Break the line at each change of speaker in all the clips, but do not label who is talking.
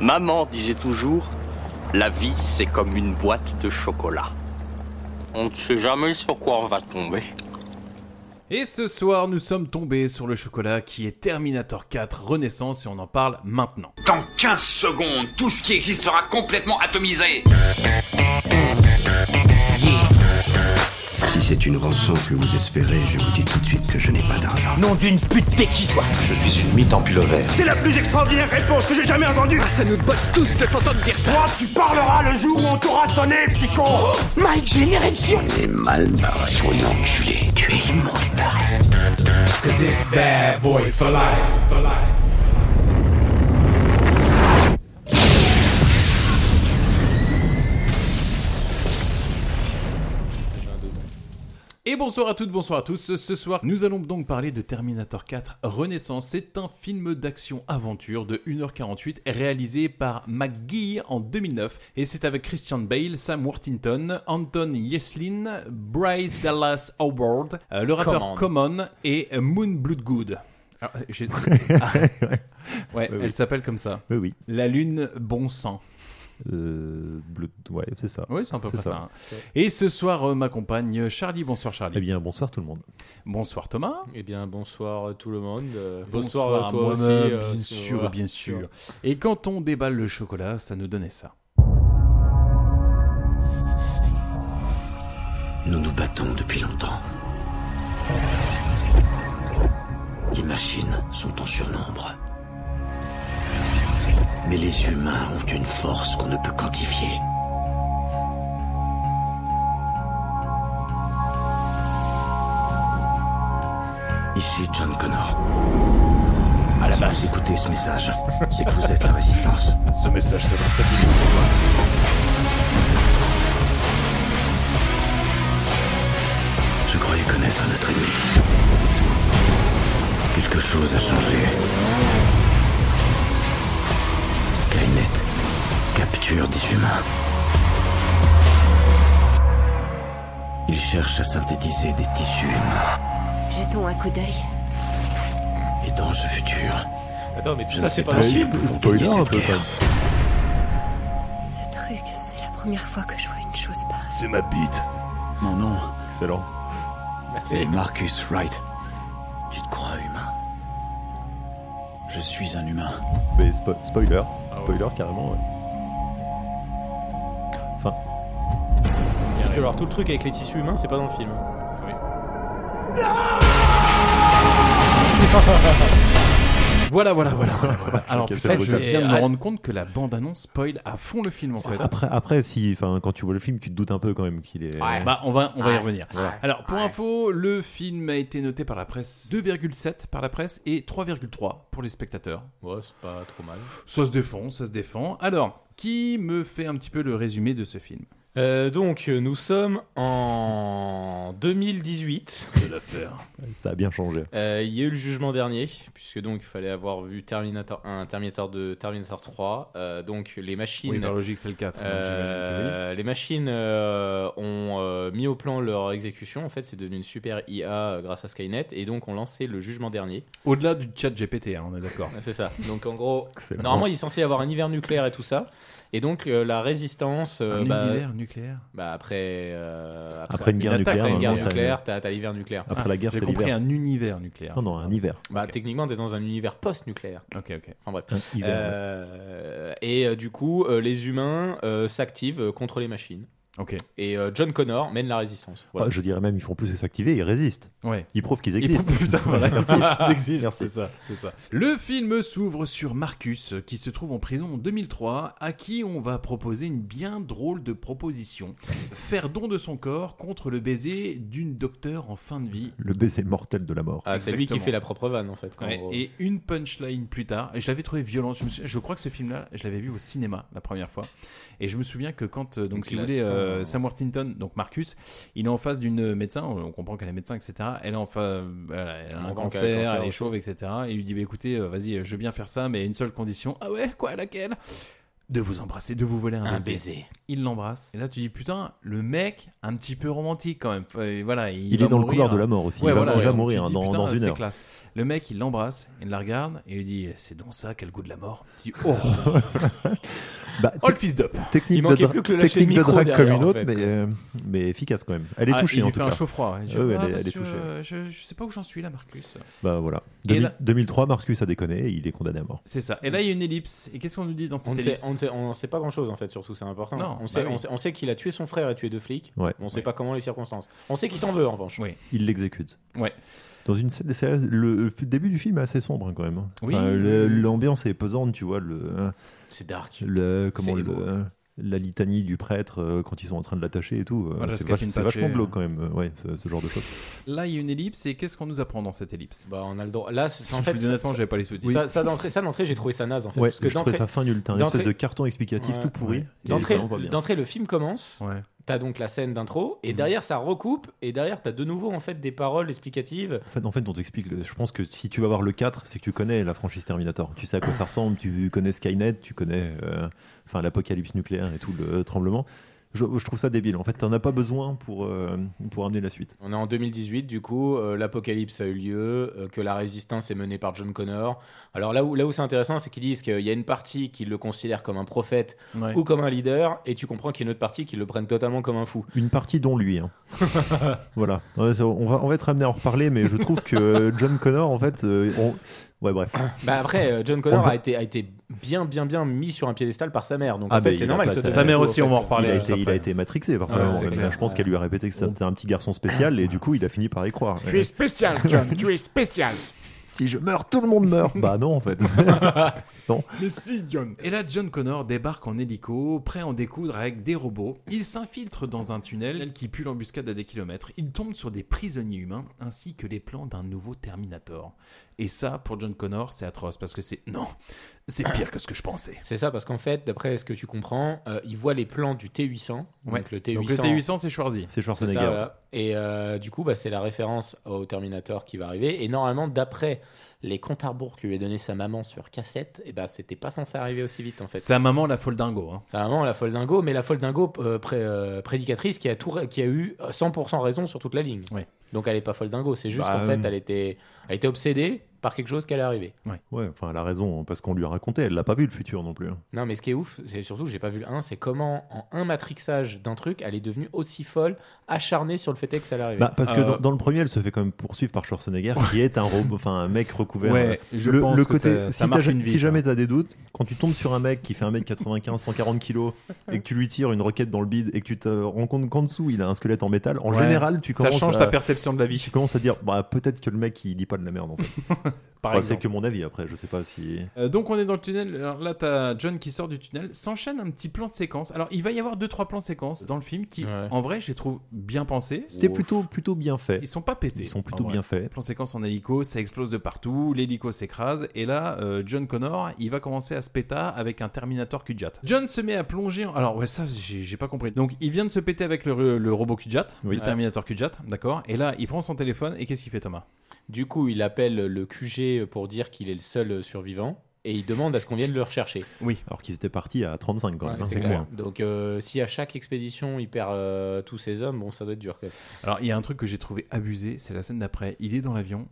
Maman disait toujours, la vie c'est comme une boîte de chocolat. On ne sait jamais sur quoi on va tomber.
Et ce soir, nous sommes tombés sur le chocolat qui est Terminator 4 Renaissance et on en parle maintenant.
Dans 15 secondes, tout ce qui existe sera complètement atomisé.
Si c'est une rançon que vous espérez, je vous dis tout de suite que je n'ai pas d'argent.
Nom d'une pute, t'es qui toi
Je suis une mythe en pull vert.
C'est la plus extraordinaire réponse que j'ai jamais entendue
ah, Ça nous botte tous de t'entendre dire ça
Toi, tu parleras le jour où on t'aura sonné, petit con oh,
Mike, j'ai une érection
On est mal barré. Soyez enculé, tu es immonde barré.
Cause it's bad boy for life, for life.
Et bonsoir à toutes, bonsoir à tous. Ce soir, nous allons donc parler de Terminator 4 Renaissance. C'est un film d'action-aventure de 1h48 réalisé par McGee en 2009. Et c'est avec Christian Bale, Sam Worthington, Anton Yeslin, Bryce Dallas Howard, euh, le rappeur Common, et Moon Bloodgood. Ah, j'ai- Ah. ouais, elle s'appelle comme ça.
Oui, oui.
La lune, bon sang.
Euh, Bleu- Ouais, c'est ça.
Oui, c'est un peu
C'est
près ça.
ça.
hein. Et ce soir euh, m'accompagne Charlie. Bonsoir Charlie.
Eh bien, bonsoir tout le monde.
Bonsoir Thomas.
Eh bien, bonsoir euh, tout le monde. euh,
à
bonsoir, toi aussi.
moi-même,
euh,
bien
tu-
sûr,
voilà.
bien sûr. Et quand on déballe le chocolat, ça nous donnait ça.
Nous nous battons depuis longtemps. Les machines sont en surnombre. Mais les humains ont une force qu'on ne peut quantifier. Ici John Connor. À la base, écoutez ce message. C'est que vous êtes la résistance.
Ce message se passe
Je croyais connaître notre ennemi. Quelque chose a changé. Skynet capture des humains. Il cherche à synthétiser des tissus humains.
Jetons un coup d'œil.
Et dans ce futur,
Attends, mais tout
je
ça,
ne
c'est
sais
pas
pas
Bah,
dans le
si
film.
vous pouvez
Euh, spoiler
gagner
un
cette
peu,
guerre.
Ce truc, c'est la première fois que je vois une chose pareille.
C'est ma bite.
Mon nom
Excellent.
est
Merci.
Marcus Wright. Tu te crois humain Je suis un humain.
Mais spo- spoiler.
Ah
Spoiler carrément, ouais. Enfin,
Parce que, alors, tout le truc avec les tissus humains, c'est pas dans le film.
Voilà, voilà, voilà. voilà, voilà. Alors
Ok,
putain,
ça
je
vous
viens de
a-
me rendre compte que la bande-annonce spoil à fond le film en fait.
après, après si, enfin, quand tu vois le film, tu te doutes un peu quand même qu'il est.
Ouais. Bah, on va, on va y revenir. Alors, pour info, le film a été noté par la presse 2,7 par la presse et 3,3 pour les spectateurs.
Ouais, c'est pas trop mal.
Ça se défend, ça se défend. Alors, qui me fait un petit peu le résumé de ce film
Euh, donc, euh, nous sommes en 2018.
Ça a bien changé.
Euh, il y a eu le jugement dernier, puisque donc il fallait avoir vu Terminator 1, Terminator 2, Terminator 3. Euh, donc, les machines.
logique, c'est le
hein,
4.
Euh, les machines euh, ont euh, mis au plan leur exécution. En fait, c'est devenu une super IA euh, grâce à Skynet. Et donc, ont lancé le jugement dernier.
Au-delà du chat GPT, hein, on est d'accord.
Ouais, C'est ça. Donc, en gros,
Excellent.
normalement, il est censé y avoir un hiver nucléaire et tout ça. Et donc, euh, la résistance. euh,
un
bah,
univers nucléaire.
bah, après, euh,
Après une guerre
attaque,
nucléaire,
après une guerre
maintenant, t'as-
nucléaire, t'as t'as l'hiver nucléaire.
après la guerre,
J'ai
c'est
compris
l'hiver.
un univers nucléaire.
Non, non, un hiver.
Bah,
Ok.
techniquement, t'es dans un univers post-nucléaire.
Ok, ok.
Enfin, bref.
Un hiver. Ah,
Euh, et euh, du coup, euh, les humains euh, s'activent euh, contre les machines.
Ok.
Et euh, John Connor mène la résistance. Voilà.
Ouais, je dirais même, ils font plus que s'activer, ils résistent.
Ouais.
Ils prouvent qu'ils
Et
existent.
pour- putain, voilà,
Merci.
ils existent,
Merci.
c'est ça, c'est ça. Le film s'ouvre sur Marcus, qui se trouve en prison en 2003, à qui on va proposer une bien drôle de proposition. Faire don de son corps contre le baiser d'une docteure en fin de vie.
Le baiser mortel de la mort.
Ah, c'est lui qui
Exactement.
fait la propre vanne en fait. quand-
Ouais, et une punchline plus tard, et je l'avais trouvé violente. Je, me souviens- je crois que ce film-là, je l'avais vu au cinéma la première fois. Et je me souviens que quand, euh, donc,
Donc,
si
il
vous
a
voulez,
ça-
euh, Sam Worthington, donc Marcus, il est en face d'une euh, médecin, on on comprend qu'elle est médecin, etc. Elle, est en fa- euh, voilà, elle a
On
un
comprend
cancer,
qu'elle a un cancer,
elle est
ouais.
chauve, etc. Et il lui dit bah, écoutez, euh, vas-y, je veux bien faire ça, mais à une seule condition. Ah ouais, quoi, laquelle de vous embrasser, de vous voler un,
Un
baiser.
baiser.
Il l'embrasse. Et là, tu dis putain, le mec, un petit peu romantique quand même. Euh, voilà, il,
Il
va
est dans
mourir.
le
hein.
couloir de la mort aussi. Il
Ouais,
va
voilà,
déjà
et on-
mourir,
tu
hein,
dis,
dans-
putain,
dans une
c'est
heure.
classe. Le mec, il l'embrasse, il la regarde et il dit c'est dans ça quel goût de la mort. Tu dis oh,
Bah,
oh le fils d'up.
Technique,
Il
de,
manquait
dra-
plus que le lâcher de
technique de
micro
drague
derrière,
comme une
en
autre,
fait.
mais, euh, mais efficace quand même. Elle est
Ah,
touchée
il
en
lui
tout
fait
cas.
un chaud froid. Il dit,
Ouais, ouais,
Ah,
elle, est- elle est
monsieur,
touchée.
euh, je, je sais pas où j'en suis là, Marcus.
Bah voilà.
Et
2000-
là-
2003, Marcus a déconné, il est condamné à mort.
C'est ça. Et là, il y a une ellipse. Et qu'est-ce qu'on nous dit dans cette
On ne, sait,
ellipse
on, ne sait, on ne sait pas grand chose en fait, surtout, c'est important.
Non,
on, sait,
bah oui.
on sait, on sait qu'il a tué son frère et tué deux flics.
Ouais.
On ne sait pas comment les circonstances. On sait qu'il s'en veut en revanche.
Oui.
Il l'exécute.
Ouais.
Dans une scène, c'est- le, le début du film est assez sombre hein, quand même.
Oui.
le- L'ambiance est pesante, tu vois. Le, hein,
C'est dark.
le comment
C'est
le- la litanie du prêtre euh, quand ils sont en train de l'attacher et tout. euh,
Voilà,
c'est
ce qu'a
vach-
fait une
c'est
patchée,
vachement glauque
euh.
quand même. euh, Ouais, ce, ce genre de choses.
Là, il y a une ellipse. Et qu'est-ce qu'on nous apprend dans cette ellipse
Bah, on a le droit. Là, c'est en
Je
fait.
vous dis honnêtement, j'avais pas les sous-titres.
Ça, ça d'entrée, ça, d'entrée, j'ai trouvé ça naze en fait.
Ouais,
parce que
je trouvais
d'entrée-
sa fin nulle. T'as un
d'entrée-
espèce de carton explicatif
Ouais.
tout pourri. et c'est
D'entrée,
vraiment pas bien.
d'entrée, le film commence.
Ouais.
T'as donc la scène d'intro et derrière ça recoupe et derrière t'as de nouveau en fait des paroles explicatives.
En fait, en fait, on t'explique. le- Je pense que si tu vas voir le 4, c'est que tu connais la franchise Terminator. Tu sais à quoi ça ressemble, tu connais Skynet, tu connais euh, enfin, l'apocalypse nucléaire et tout le tremblement. Je, je trouve ça débile. En fait, t'en as pas besoin pour, euh, pour amener la suite.
On est en 2018 du coup, euh, l'apocalypse a eu lieu, euh, que la résistance est menée par John Connor. Alors là où là où c'est intéressant, c'est qu'ils disent qu'il y a une partie qui le considère comme un prophète
Ouais.
ou comme un leader et tu comprends qu'il y a une autre partie qui le prenne totalement comme un fou.
Une partie dont lui. hein. voilà. Ouais, ça, on, va, on va être amené à en reparler, mais je trouve que euh, John Connor, en fait. euh, on- Ouais, bref.
Bah après, euh, John Connor
On va-
a été a été bien bien bien mis sur un piédestal par sa mère. Donc
Ah,
en fait,
bah,
c'est
il a
normal.
pas
il se
de-
Sa
donne
mère
un
aussi,
coup,
on
en
va en
fait.
Il
reparler.
a,
juste
été, il a
après.
été matrixé par
Ouais,
ça.
c'est
mais
clair.
je pense qu'elle lui a répété que c'était un petit garçon spécial, et du coup, il a fini par y croire.
Tu es spécial, John, tu es spécial.
Si je meurs, tout le monde meurt. bah non, en fait. non.
Mais si, John.
Et là, John Connor débarque en hélico, prêt à en découdre avec des robots. Il s'infiltre dans un tunnel qui pue l'embuscade à des kilomètres. Il tombe sur des prisonniers humains ainsi que les plans d'un nouveau Terminator. Et ça, pour John Connor, c'est atroce parce que c'est. Non, c'est pire que ce que je pensais.
C'est ça, parce qu'en fait, d'après ce que tu comprends, euh, il voit les plans du T800.
Ouais.
Donc le T800.
Donc le T800, c'est Schwarzy.
C'est
c'est ça,
Schwarzenegger.
voilà. Et euh, du coup, bah, c'est la référence au Terminator qui va arriver. Et normalement, d'après les comptes à rebours que lui a donné sa maman sur cassette, et bah, c'était pas censé arriver aussi vite en fait.
Sa maman, la folle dingo. hein.
Sa maman, la folle dingo, mais la folle dingo euh, pré- euh, prédicatrice qui a, tout, ré- qui a eu 100% raison sur toute la ligne.
Ouais.
Donc elle est pas folle dingo, c'est juste
Bah,
qu'en fait,
euh,
elle était, elle était obsédée par quelque chose qu'elle est arrivée.
Ouais, enfin, elle a raison, hein, parce qu'on lui a raconté, elle l'a pas vu le futur non plus. hein.
Non, mais ce qui est ouf, c'est surtout, j'ai pas vu le 1, c'est comment, en un matrixage d'un truc, elle est devenue aussi folle, acharnée sur le fait que ça allait arriver.
Bah, parce que
Euh,
dans, dans le premier, elle se fait quand même poursuivre par Schwarzenegger, qui est un robot, enfin un mec recouvert.
Ouais,
Euh,
je pense que ça- ça
si,
marque
t'as-
une vie,
si
ça.
jamais t'as des doutes, quand tu tombes sur un mec qui fait 1m95, 140 kg, et que tu lui tires une roquette dans le bide, et que tu te rends compte qu'en dessous, il a un squelette en métal, en
Ouais.
général, tu
Ça
commences
change
à...
ta perception de la vie.
Tu commences à dire, bah, peut-être que le mec il dit pas de la merde en fait.
Par
Enfin, c'est
exemple.
que mon avis après, je sais pas si.
Euh, donc on est dans le tunnel. Alors là, t'as John qui sort du tunnel. S'enchaîne un petit plan séquence. Alors il va y avoir deux trois plans séquences dans le film qui,
Ouais.
en vrai, je les trouve bien pensés.
C'est plutôt, plutôt bien fait.
Ils sont pas pétés.
Ils sont plutôt
en vrai.
bien faits.
Plan séquence en hélico, ça explose de partout, l'hélico s'écrase, et là, euh, John Connor, il va commencer à se péter avec un Terminator Kudjat. John se met à plonger en... Alors, ouais, ça, j'ai j'ai pas compris. Donc, il vient de se péter avec le, le robot Kudjat,
Oui.
le Terminator Kudjat, d'accord Et là, il prend son téléphone, et qu'est-ce qu'il fait, Thomas
Du coup, il appelle le QG pour dire qu'il est le seul survivant. Et il demande à ce qu'on vienne le rechercher.
Oui.
Alors qu'ils étaient partis à 35 quand même.
Ouais,
hein,
c'est
c'est
clair.
clair.
Donc, euh, si à chaque expédition il perd euh, tous ses hommes, bon, ça doit être dur. Quoi.
Alors, il y a un truc que j'ai trouvé abusé, c'est la scène d'après. Il est dans l'avion,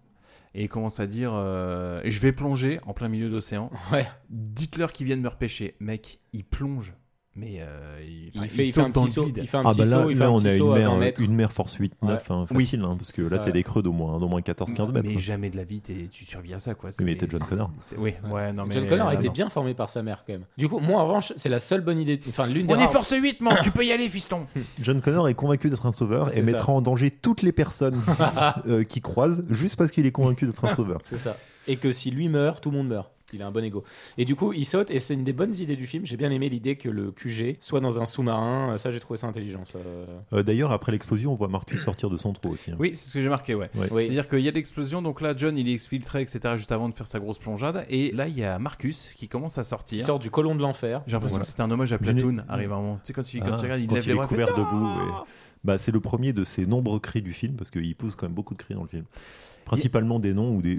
et il commence à dire euh, Je vais plonger en plein milieu d'océan.
Ouais.
Dites-leur qu'ils viennent me repêcher. Mec, il plonge. Mais euh, il,
Il,
enfin,
fait, il fait
saute
un
dans
petit
le
saut,
vide.
il fait un
Ah
petit
bah là,
saut, il fait
là,
un
on
petit
a
saut
une
à
mer,
20
euh,
mètres.
une mer force 8, 9, hein,
Oui.
facile, hein, parce que là
Ça,
c'est
ouais.
des creux d'au moins, d'au moins 14-15 mètres.
Mais
hein.
jamais de la vie, t'es- tu survis à ça, quoi.
mais
C'est-
t'es John
c'est-
Connor.
c'est- Oui, ouais, non, mais.
John Connor a été
vraiment.
bien formé par sa mère quand même. Du coup, moi en revanche, c'est la seule bonne idée. Enfin, l'une des
On est
rares-
force 8, man, tu peux y aller, fiston.
John Connor est convaincu d'être un sauveur et
C'est ça.
mettra en danger toutes les personnes euh, qui croisent juste parce qu'il est convaincu d'être un sauveur.
C'est ça. Et que si lui meurt, tout le monde meurt. Il a un bon ego. Et du coup, il saute, et c'est une des bonnes idées du film. J'ai bien aimé l'idée que le QG soit dans un sous-marin. Euh, Ça, j'ai trouvé ça intelligent. ça.
Euh, D'ailleurs, après l'explosion, on voit Marcus sortir de son trou aussi. hein.
Oui, c'est ce que j'ai marqué, ouais.
Ouais.
Oui.
C'est-à-dire qu'il y a l'explosion, donc là, John, il est exfiltré, etc., juste avant de faire sa grosse plongeade. Et là, il y a Marcus qui commence à
Il
sortir.
sort du colon de l'enfer.
J'ai l'impression
Voilà.
que c'était un hommage à
D'une-
Platoon, arrive un moment. Tu sais, quand tu, quand
Ah,
tu regardes, il
quand
lève
il
les
est
bras.
couvert
fait,
de boue.
Non
ouais. bah, c'est le premier de ces nombreux cris du film, parce qu'il pousse quand même beaucoup de cris dans le film. Principalement des noms ou des.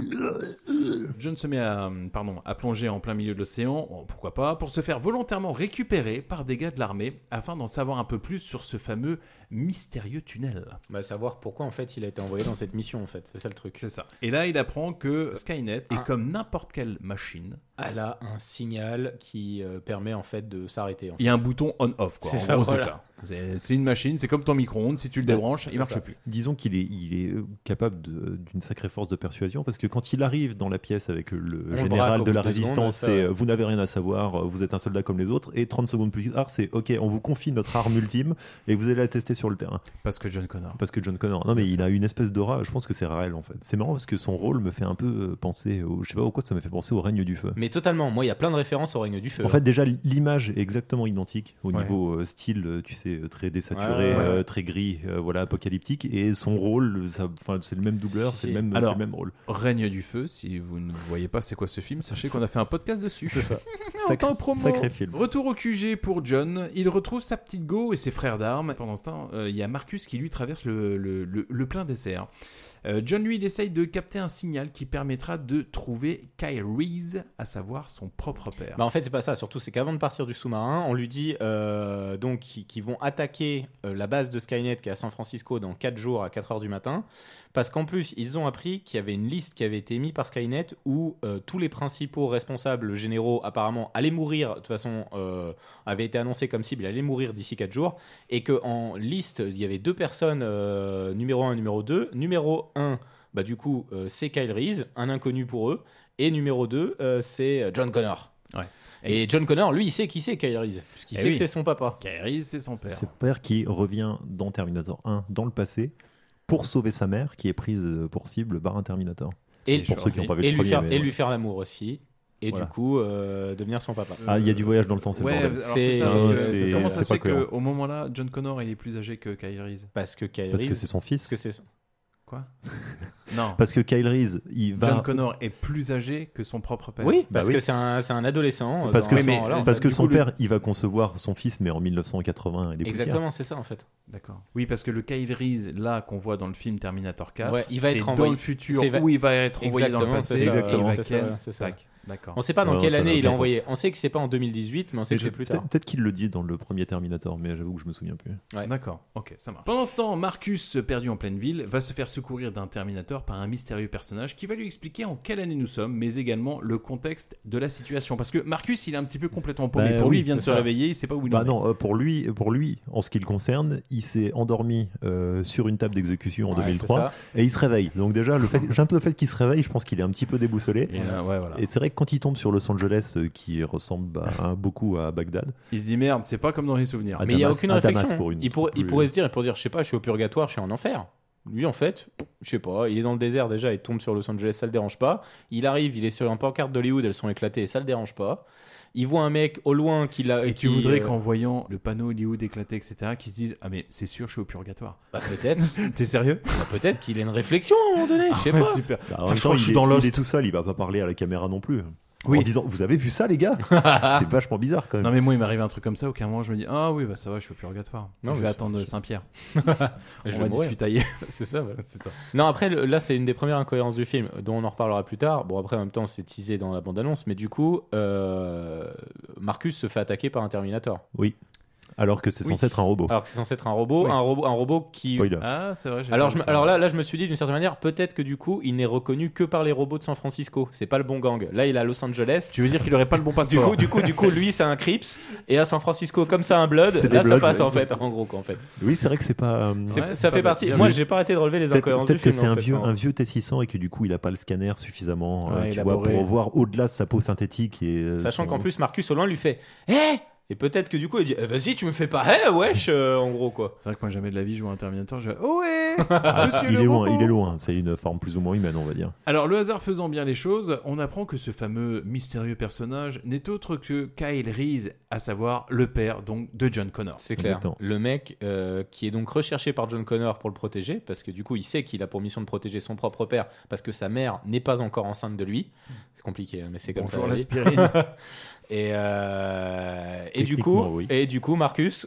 John se met à, euh, pardon, à plonger en plein milieu de l'océan, oh, pourquoi pas, pour se faire volontairement récupérer par des gars de l'armée, afin d'en savoir un peu plus sur ce fameux mystérieux tunnel.
Bah, savoir pourquoi en fait il a été envoyé dans cette mission en fait, c'est ça le truc.
C'est ça. Et là, il apprend que Skynet
Ah.
est comme n'importe quelle machine.
Elle a un signal qui euh, permet en fait de s'arrêter. en
Il y a un bouton on-off, quoi.
C'est
En
ça,
gros,
voilà.
c'est ça. C'est- C'est une machine, c'est comme ton micro-ondes, si tu le débranches, il marche plus.
Disons qu'il est, il est euh, capable de- d'une sacrée force de persuasion parce que quand il arrive dans la pièce avec euh,
le
le
braque
général
au
de la
bout de deux secondes,
résistance,
ça,
c'est
ouais.
euh, vous n'avez rien à savoir, euh, vous êtes un soldat comme les autres, et 30 secondes plus tard, c'est ok, on vous confie notre arme ultime et vous allez la tester sur le terrain.
Parce que John Connor.
Parce que John Connor. Non, mais il a une espèce d'aura, je pense que c'est réel en fait. C'est marrant parce que son rôle me fait un peu euh, penser, au, je sais pas pourquoi ça me fait penser au règne du feu.
Mais totalement, moi il y a plein de références au règne du feu.
En fait, déjà, l'image est exactement identique au
euh, Ouais.
niveau euh, style, euh, tu sais, euh, très
Ouais,
désaturé,
ouais, ouais.
euh, très gris, euh, voilà, apocalyptique. Et son rôle, ça- enfin, c'est le même doubleur, c'est le, même- c'est
Alors,
le même rôle.
Règne du feu, si vous ne voyez pas c'est quoi ce film, sachez qu'on a fait un podcast dessus. C'est ça.
Sacré-
promo.
sacré film.
Retour au QG pour John, il retrouve sa petite Go et ses frères d'armes. Pendant ce temps, euh, il y a Marcus qui lui traverse le, le- le- le plein dessert. Euh, John, lui, il essaye de capter un signal qui permettra de trouver Kyrie's, à savoir son propre père.
Bah en fait c'est pas ça, surtout c'est qu'avant de partir du sous-marin, on lui dit euh, donc qu'ils qu'ils vont attaquer euh, la base de Skynet qui est à San Francisco dans 4 jours à 4 heures du matin, parce qu'en plus ils ont appris qu'il y avait une liste qui avait été mise par Skynet où euh, tous les principaux responsables généraux apparemment allaient mourir, de toute façon euh, avait été annoncé comme cible, allaient mourir d'ici 4 jours, et que en liste il y avait deux personnes, euh, numéro 1 et numéro 2, numéro 1 bah du coup euh, c'est Kyle Reese, un inconnu pour eux, et numéro 2 euh, c'est euh, John Connor. Et John Connor, lui, il sait qui c'est Kyle Reese, puisqu'il
Eh
sait
oui.
que c'est son papa.
Kyrie's, c'est son père.
Ce père qui revient dans Terminator 1, dans le passé, pour sauver sa mère, qui est prise euh, pour cible par un Terminator.
Et,
pour ceux qui n'ont pas vu
et
le
lui
premier,
faire,
mais
et
voilà.
lui faire l'amour aussi. Et
Voilà.
du coup, euh, devenir son papa.
Ah, il y a du voyage dans le temps, c'est
Ouais,
le
alors
bordel.
c'est ça.
Non,
parce que-
c'est-
comment ça
c'est
se
pas
fait
cohérent.
qu'au moment-là, John Connor, il est plus âgé que Kyrie's
Parce que Kyle
Parce que
Reese-
c'est son fils.
parce que c'est son-
Quoi Non.
Parce que Kyle Reese, il va.
John Connor est plus âgé que son propre père.
bah, Oui, parce
oui.
que c'est un, c'est un adolescent. euh,
Parce
dans
que,
ce
son-
moment-là, en
parce
fait.
que
Du
son
coup, le-
père, il va concevoir son fils, mais en 1980 et des poussières.
Exactement, c'est ça en fait.
D'accord. Oui, parce que le Kyle Reese, là, qu'on voit dans le film Terminator 4,
Ouais, il va
Ah, c'est
être
dans
envoyé-
le futur
c'est va-
où il va être envoyé dans le
Exactement,
passé.
c'est ça,
et
exactement.
il va
C'est ça,
ken.
ouais, c'est ça.
Tac. D'accord.
On sait pas dans
Ouais,
quelle
ça n'a
année il est
aucun
envoyé.
sens.
On sait que c'est pas en 2018, mais on sait
Mais
que
je-
c'est plus tard.
peut-être- Peut-être qu'il le dit dans le premier Terminator, mais j'avoue que je me souviens plus.
D'accord. Ok, ça marche. Pendant ce temps, Marcus, perdu en pleine ville, va se faire secourir d'un Terminator par un mystérieux personnage qui va lui expliquer en quelle année nous sommes, mais également le contexte de la situation. Parce que Marcus, il est un petit peu complètement paumé.
Bah
pour lui,
oui,
il vient de
c'est
se
ça.
réveiller, il sait pas où il
Bah
en est.
non, euh, pour lui, pour lui, en ce qui le concerne, il s'est endormi euh, sur une table d'exécution en
Ouais,
2003 et il se réveille. Donc déjà, le fait, juste le fait qu'il se réveille, je pense qu'il est un petit peu déboussolé.
Et là, ouais, voilà.
Et c'est vrai que quand il tombe sur Los Angeles, euh, qui ressemble bah, hein, beaucoup à Bagdad,
Il se dit merde, c'est pas comme dans les souvenirs.
Ah,
Mais il n'y a
Damas-
aucune
à Damas
réflexion.
pour une-
il, pourrait, il
plus-
pourrait se dire, il pourrait dire, je sais pas, je suis au purgatoire, je suis en enfer. Lui, en fait, je sais pas, il est dans le désert déjà, il tombe sur Los Angeles, ça le dérange pas. Il arrive, il est sur un pancarte d'Hollywood, elles sont éclatées, ça le dérange pas. Il voit un mec au loin qui l'a.
Et tu
qui,
voudrais
euh,
qu'en voyant le panneau Hollywood éclater, etc., qu'ils se disent Ah, mais c'est sûr, je suis au purgatoire.
bah, peut-être,
T'es sérieux
bah, peut-être qu'il a une réflexion à un moment donné, je sais pas.
Ah Super.
Bah, en
Putain,
même
je
temps,
crois que
il,
je suis
est,
dans
il
Lost.
est tout seul, il va pas parler à la caméra non plus.
Oui.
En disant, vous avez vu ça, les gars C'est vachement bizarre quand même.
Non, mais moi, il m'arrive un truc comme ça. Au qu'à un moment, je me dis Ah, oui, bah ça va, je suis au purgatoire.
Non,
je vais
mais c'est-
attendre Saint-Pierre.
Je
On
vais
va
mourir.
discuter ailleurs.
C'est ça, voilà.
C'est ça.
Non, après, le- là, c'est une des premières incohérences du film, dont on en reparlera plus tard. Bon, après, en même temps, c'est teasé dans la bande-annonce, mais du coup, euh, Marcus se fait attaquer par un Terminator.
Oui. Alors que c'est
Oui. Ah.
censé être un robot.
Alors que c'est censé être un robot,
Oui.
un robot, un robot qui.
Spoiler.
Ah, c'est vrai. j'ai
Alors,
pas
je
vu
me-
ça.
alors là, là, je me suis dit d'une certaine manière, peut-être que du coup, il n'est reconnu que par les robots de San Francisco. C'est pas le bon gang. Là, il est à Los Angeles.
tu veux dire qu'il aurait pas le bon
Du
passeport
coup, du coup, du coup, lui, c'est un Crips. Et à San Francisco, comme ça, un Blood.
c'est
Là,
des
ça
Bloods,
passe en
ouais.
fait. En gros, quoi, en fait.
Oui, c'est vrai que c'est pas. euh,
C'est-
Ouais,
ça
c'est
fait
pas
partie.
bien
Moi,
vu.
j'ai pas arrêté de relever les
Peut-être
incohérences du
peut-être que
film.
c'est
en
un,
fait,
vieux,
hein.
un vieux T600 et que du coup il a pas le scanner suffisamment euh,
Ouais,
tu vois,
élaboré.
pour voir au-delà de sa peau synthétique. Et, euh,
Sachant
son-
qu'en plus, Marcus au loin lui fait Hé Et peut-être que du coup, il dit Eh, Vas-y, tu me fais pas Hé, wesh euh, En gros, quoi.
C'est vrai que moi, jamais de la vie, je vois un Terminator. Je vais Ouais
Ah,
Monsieur
il,
le
est loin,
robot
il est loin, c'est une forme plus ou moins humaine, on va dire.
Alors, le hasard faisant bien les choses, on apprend que ce fameux mystérieux personnage n'est autre que Kyle Reese, à savoir le père donc de John Connor.
C'est clair.
Exactement.
Le mec euh, qui est donc recherché par John Connor pour le protéger, parce que du coup, il sait qu'il a pour mission de protéger son propre père, parce que sa mère n'est pas encore enceinte de lui. C'est compliqué, hein, mais c'est comme
Bonjour
ça. la vie.
l'aspirine.
et, euh, et du
Techniquement,
coup,
oui.
et du coup, Marcus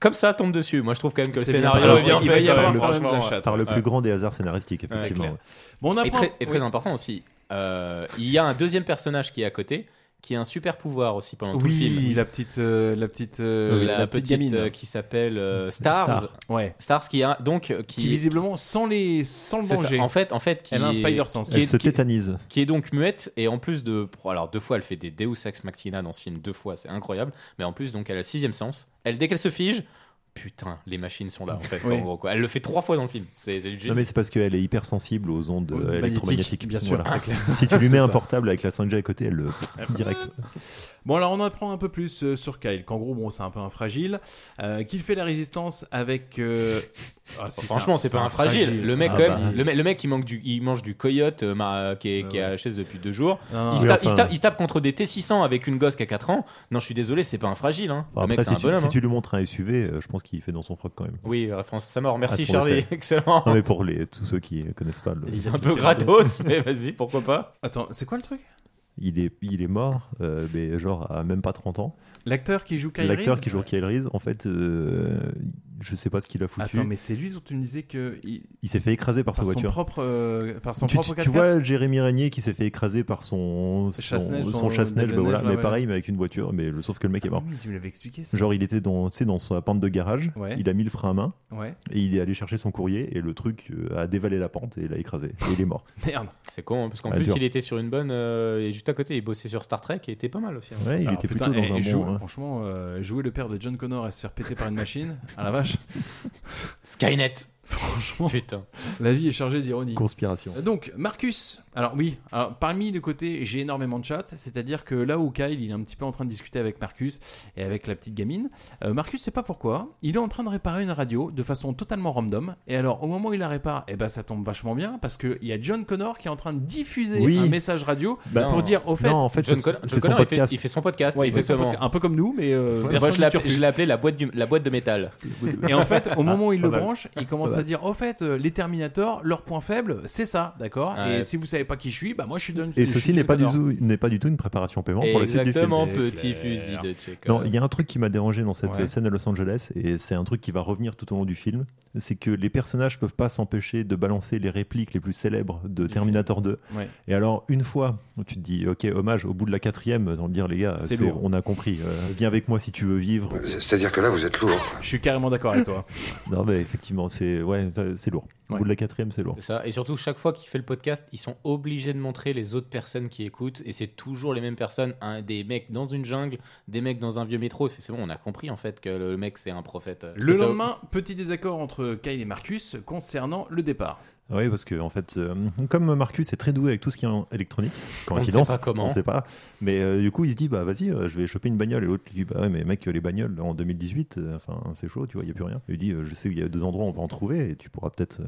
comme ça tombe dessus. Moi, je trouve quand même que le
C'est bien
scénario
parlé.
est bien
Il
fait.
va y
quand
avoir
même,
problème de la
franchement,
chatte.
Par le
ouais.
plus grand des hasards scénaristiques, effectivement.
Bon, on
Et
apprend-
très, et très
oui.
important aussi, euh, il y a un deuxième personnage qui est à côté, qui a un super pouvoir aussi pendant tout le film.
Oui, la petite, euh, la petite, euh,
la, petite,
gamine
euh, qui s'appelle euh, Stars.
Star, ouais.
Stars qui a donc euh, qui,
qui visiblement sans les, sans le
C'est ça.
danger.
En fait, en fait, qui
elle a un
est-
spider sense.
qui
Elle
est-
se
qui est-
tétanise.
qui est donc muette et en plus de alors deux fois elle fait des Deus ex machina dans ce film deux fois c'est incroyable mais en plus donc elle a le sixième sens elle dès qu'elle se fige putain les machines sont là en fait
Oui.
en gros, quoi. elle le fait trois fois dans le film c'est c'est legit.
Non mais c'est parce qu'elle est hypersensible aux ondes
Aux
euh, électromagnétiques.
magnétiques, bien sûr, c'est clair.
Si tu lui mets
C'est
un
ça.
portable avec la 5G à côté, elle le
Ah, bah,
direct.
Bon, alors on apprend un peu plus euh, sur Kyle, qu'en gros, bon, c'est un peu un fragile, euh, qu'il fait la résistance avec. euh, ah, si,
Franchement,
un-
c'est pas un fragile. Le mec,
Ah,
quand
bah,
même, le, mec- le mec, il, manque du, il mange du coyote euh, ma- qui est, qui est à la chaise depuis deux jours.
Ah.
il, se
Ah Oui,
tape, il
enfin.
se tape- il se tape contre des T600 avec une gosse qui a 4 ans. Non, je suis désolé, c'est pas un fragile. Hein.
Enfin,
le mec,
après,
c'est
si,
un
tu,
bonhomme.
si
hein.
tu lui montres un SUV, euh, je pense qu'il fait dans son froc quand même.
Oui, référence à sa mort. Merci,
Ah, sur le
Charlie.
fait.
Excellent.
Non mais pour les, tous ceux qui connaissent pas le.
Il est un peu gratos, mais vas-y, pourquoi pas.
Attends, c'est quoi le truc
Il est, il est mort, euh, mais genre à même pas 30 ans.
L'acteur qui joue Kyle
L'acteur
Reese
qui joue Kyle Reese, en fait, euh, je sais pas ce qu'il a foutu.
Attends, mais c'est lui dont tu me disais que. Il,
Il s'est fait écraser par,
par
sa
son
voiture.
propre, euh, par son
tu,
propre
tu- tu
4x4?
vois Jérémy Régnier qui s'est fait écraser par son, son,
Chasse-neige,
son
son
chasse-neige, bah
déneige,
voilà,
ouais,
mais
ouais.
pareil, mais avec une voiture, mais le- sauf que le mec est mort.
Ah Oui, tu me l'avais expliqué ça.
Genre, il était dans, tu sais, dans sa pente de garage,
Ouais.
il a mis le frein à main,
Ouais.
et il est allé chercher son courrier, et le truc euh, a dévalé la pente, et l'a écrasé, et il est mort.
Merde.
C'est con, hein, parce qu'en
Ouais,
plus,
dur.
il était sur une bonne. euh, et juste à côté, il bossait sur Star Trek et était pas mal aussi. hein.
Ouais, il
Alors,
était
putain,
plutôt
eh,
dans un
joue-
bon... hein.
Franchement, euh, jouer le père de John Connor à se faire péter par une machine, à la vache.
Skynet.
Franchement,
Putain.
la vie est chargée d'ironie.
Conspiration.
Euh, Donc, Marcus, alors oui, alors, parmi le côté j'ai énormément de chat, c'est-à-dire que là où Kyle il est un petit peu en train de discuter avec Marcus et avec la petite gamine, euh, Marcus sait pas pourquoi, il est en train de réparer une radio de façon totalement random, et alors au moment où il la répare, eh ben ça tombe vachement bien parce qu'il y a John Connor qui est en train de diffuser
Oui.
un message radio
Bah,
pour
non.
dire au fait.
non, en fait,
John
c'est-
Connor, John
c'est son
Connor, il, fait,
podcast.
il fait son podcast.
Ouais, il fait son
exactement.
podcast, un peu comme nous, mais euh,
Moi,
version
je l'appelais-
turque.
je l'ai appelé la boîte, du- la boîte de métal.
Et en fait, au moment où il
Pas
le
mal.
branche, il commence à dire Au fait, euh, les Terminators, leur point faible, c'est ça, d'accord
Ouais.
Et si vous savez pas qui je suis, bah moi je suis John.
Et
je
ceci
suis
n'est
John
pas, du
Connor.
tout- n'est pas du tout une préparation paiement pour la suite du film.
Exactement,
film.
petit
C'est
fusil
clair.
de Chekhov.
Non, il y a un truc qui m'a dérangé dans cette
euh, Ouais.
scène à Los Angeles, et c'est un truc qui va revenir tout au long du film, c'est que les personnages peuvent pas s'empêcher de balancer les répliques les plus célèbres de Terminator 2.
Ouais.
Et alors, une fois, tu te dis, ok, hommage, au bout de la quatrième, dans le dire, les gars,
C'est
c'est-
lourd.
on a compris, euh, viens avec moi si tu veux vivre.
C'est-à-dire que là, vous êtes lourd.
Je suis carrément d'accord avec toi.
Non, mais effectivement, c'est ouais, ça- c'est lourd. Au
Ouais.
bout de la quatrième, c'est lourd.
C'est ça. Et surtout, chaque fois qu'il fait le podcast, ils sont obligés de montrer les autres personnes qui écoutent. Et c'est toujours les mêmes personnes. hein, des mecs dans une jungle, des mecs dans un vieux métro. C'est c'est bon, on a compris en fait que le mec c'est un prophète.
Le lendemain, petit désaccord entre Kyle et Marcus concernant le départ.
Oui, parce que en fait, euh, comme Marcus est très doué avec tout ce qui est en électronique, coïncidence,
ne sait pas comment.
on sait pas. Mais euh, du coup, il se dit, bah vas-y, euh, je vais choper une bagnole. Et l'autre lui dit, bah ouais, mais mec, les bagnoles en 2018, euh, enfin, c'est chaud, tu vois, il n'y a plus rien. Il lui dit, euh, je sais qu'il y a deux endroits, on va en trouver, et tu pourras peut-être. euh,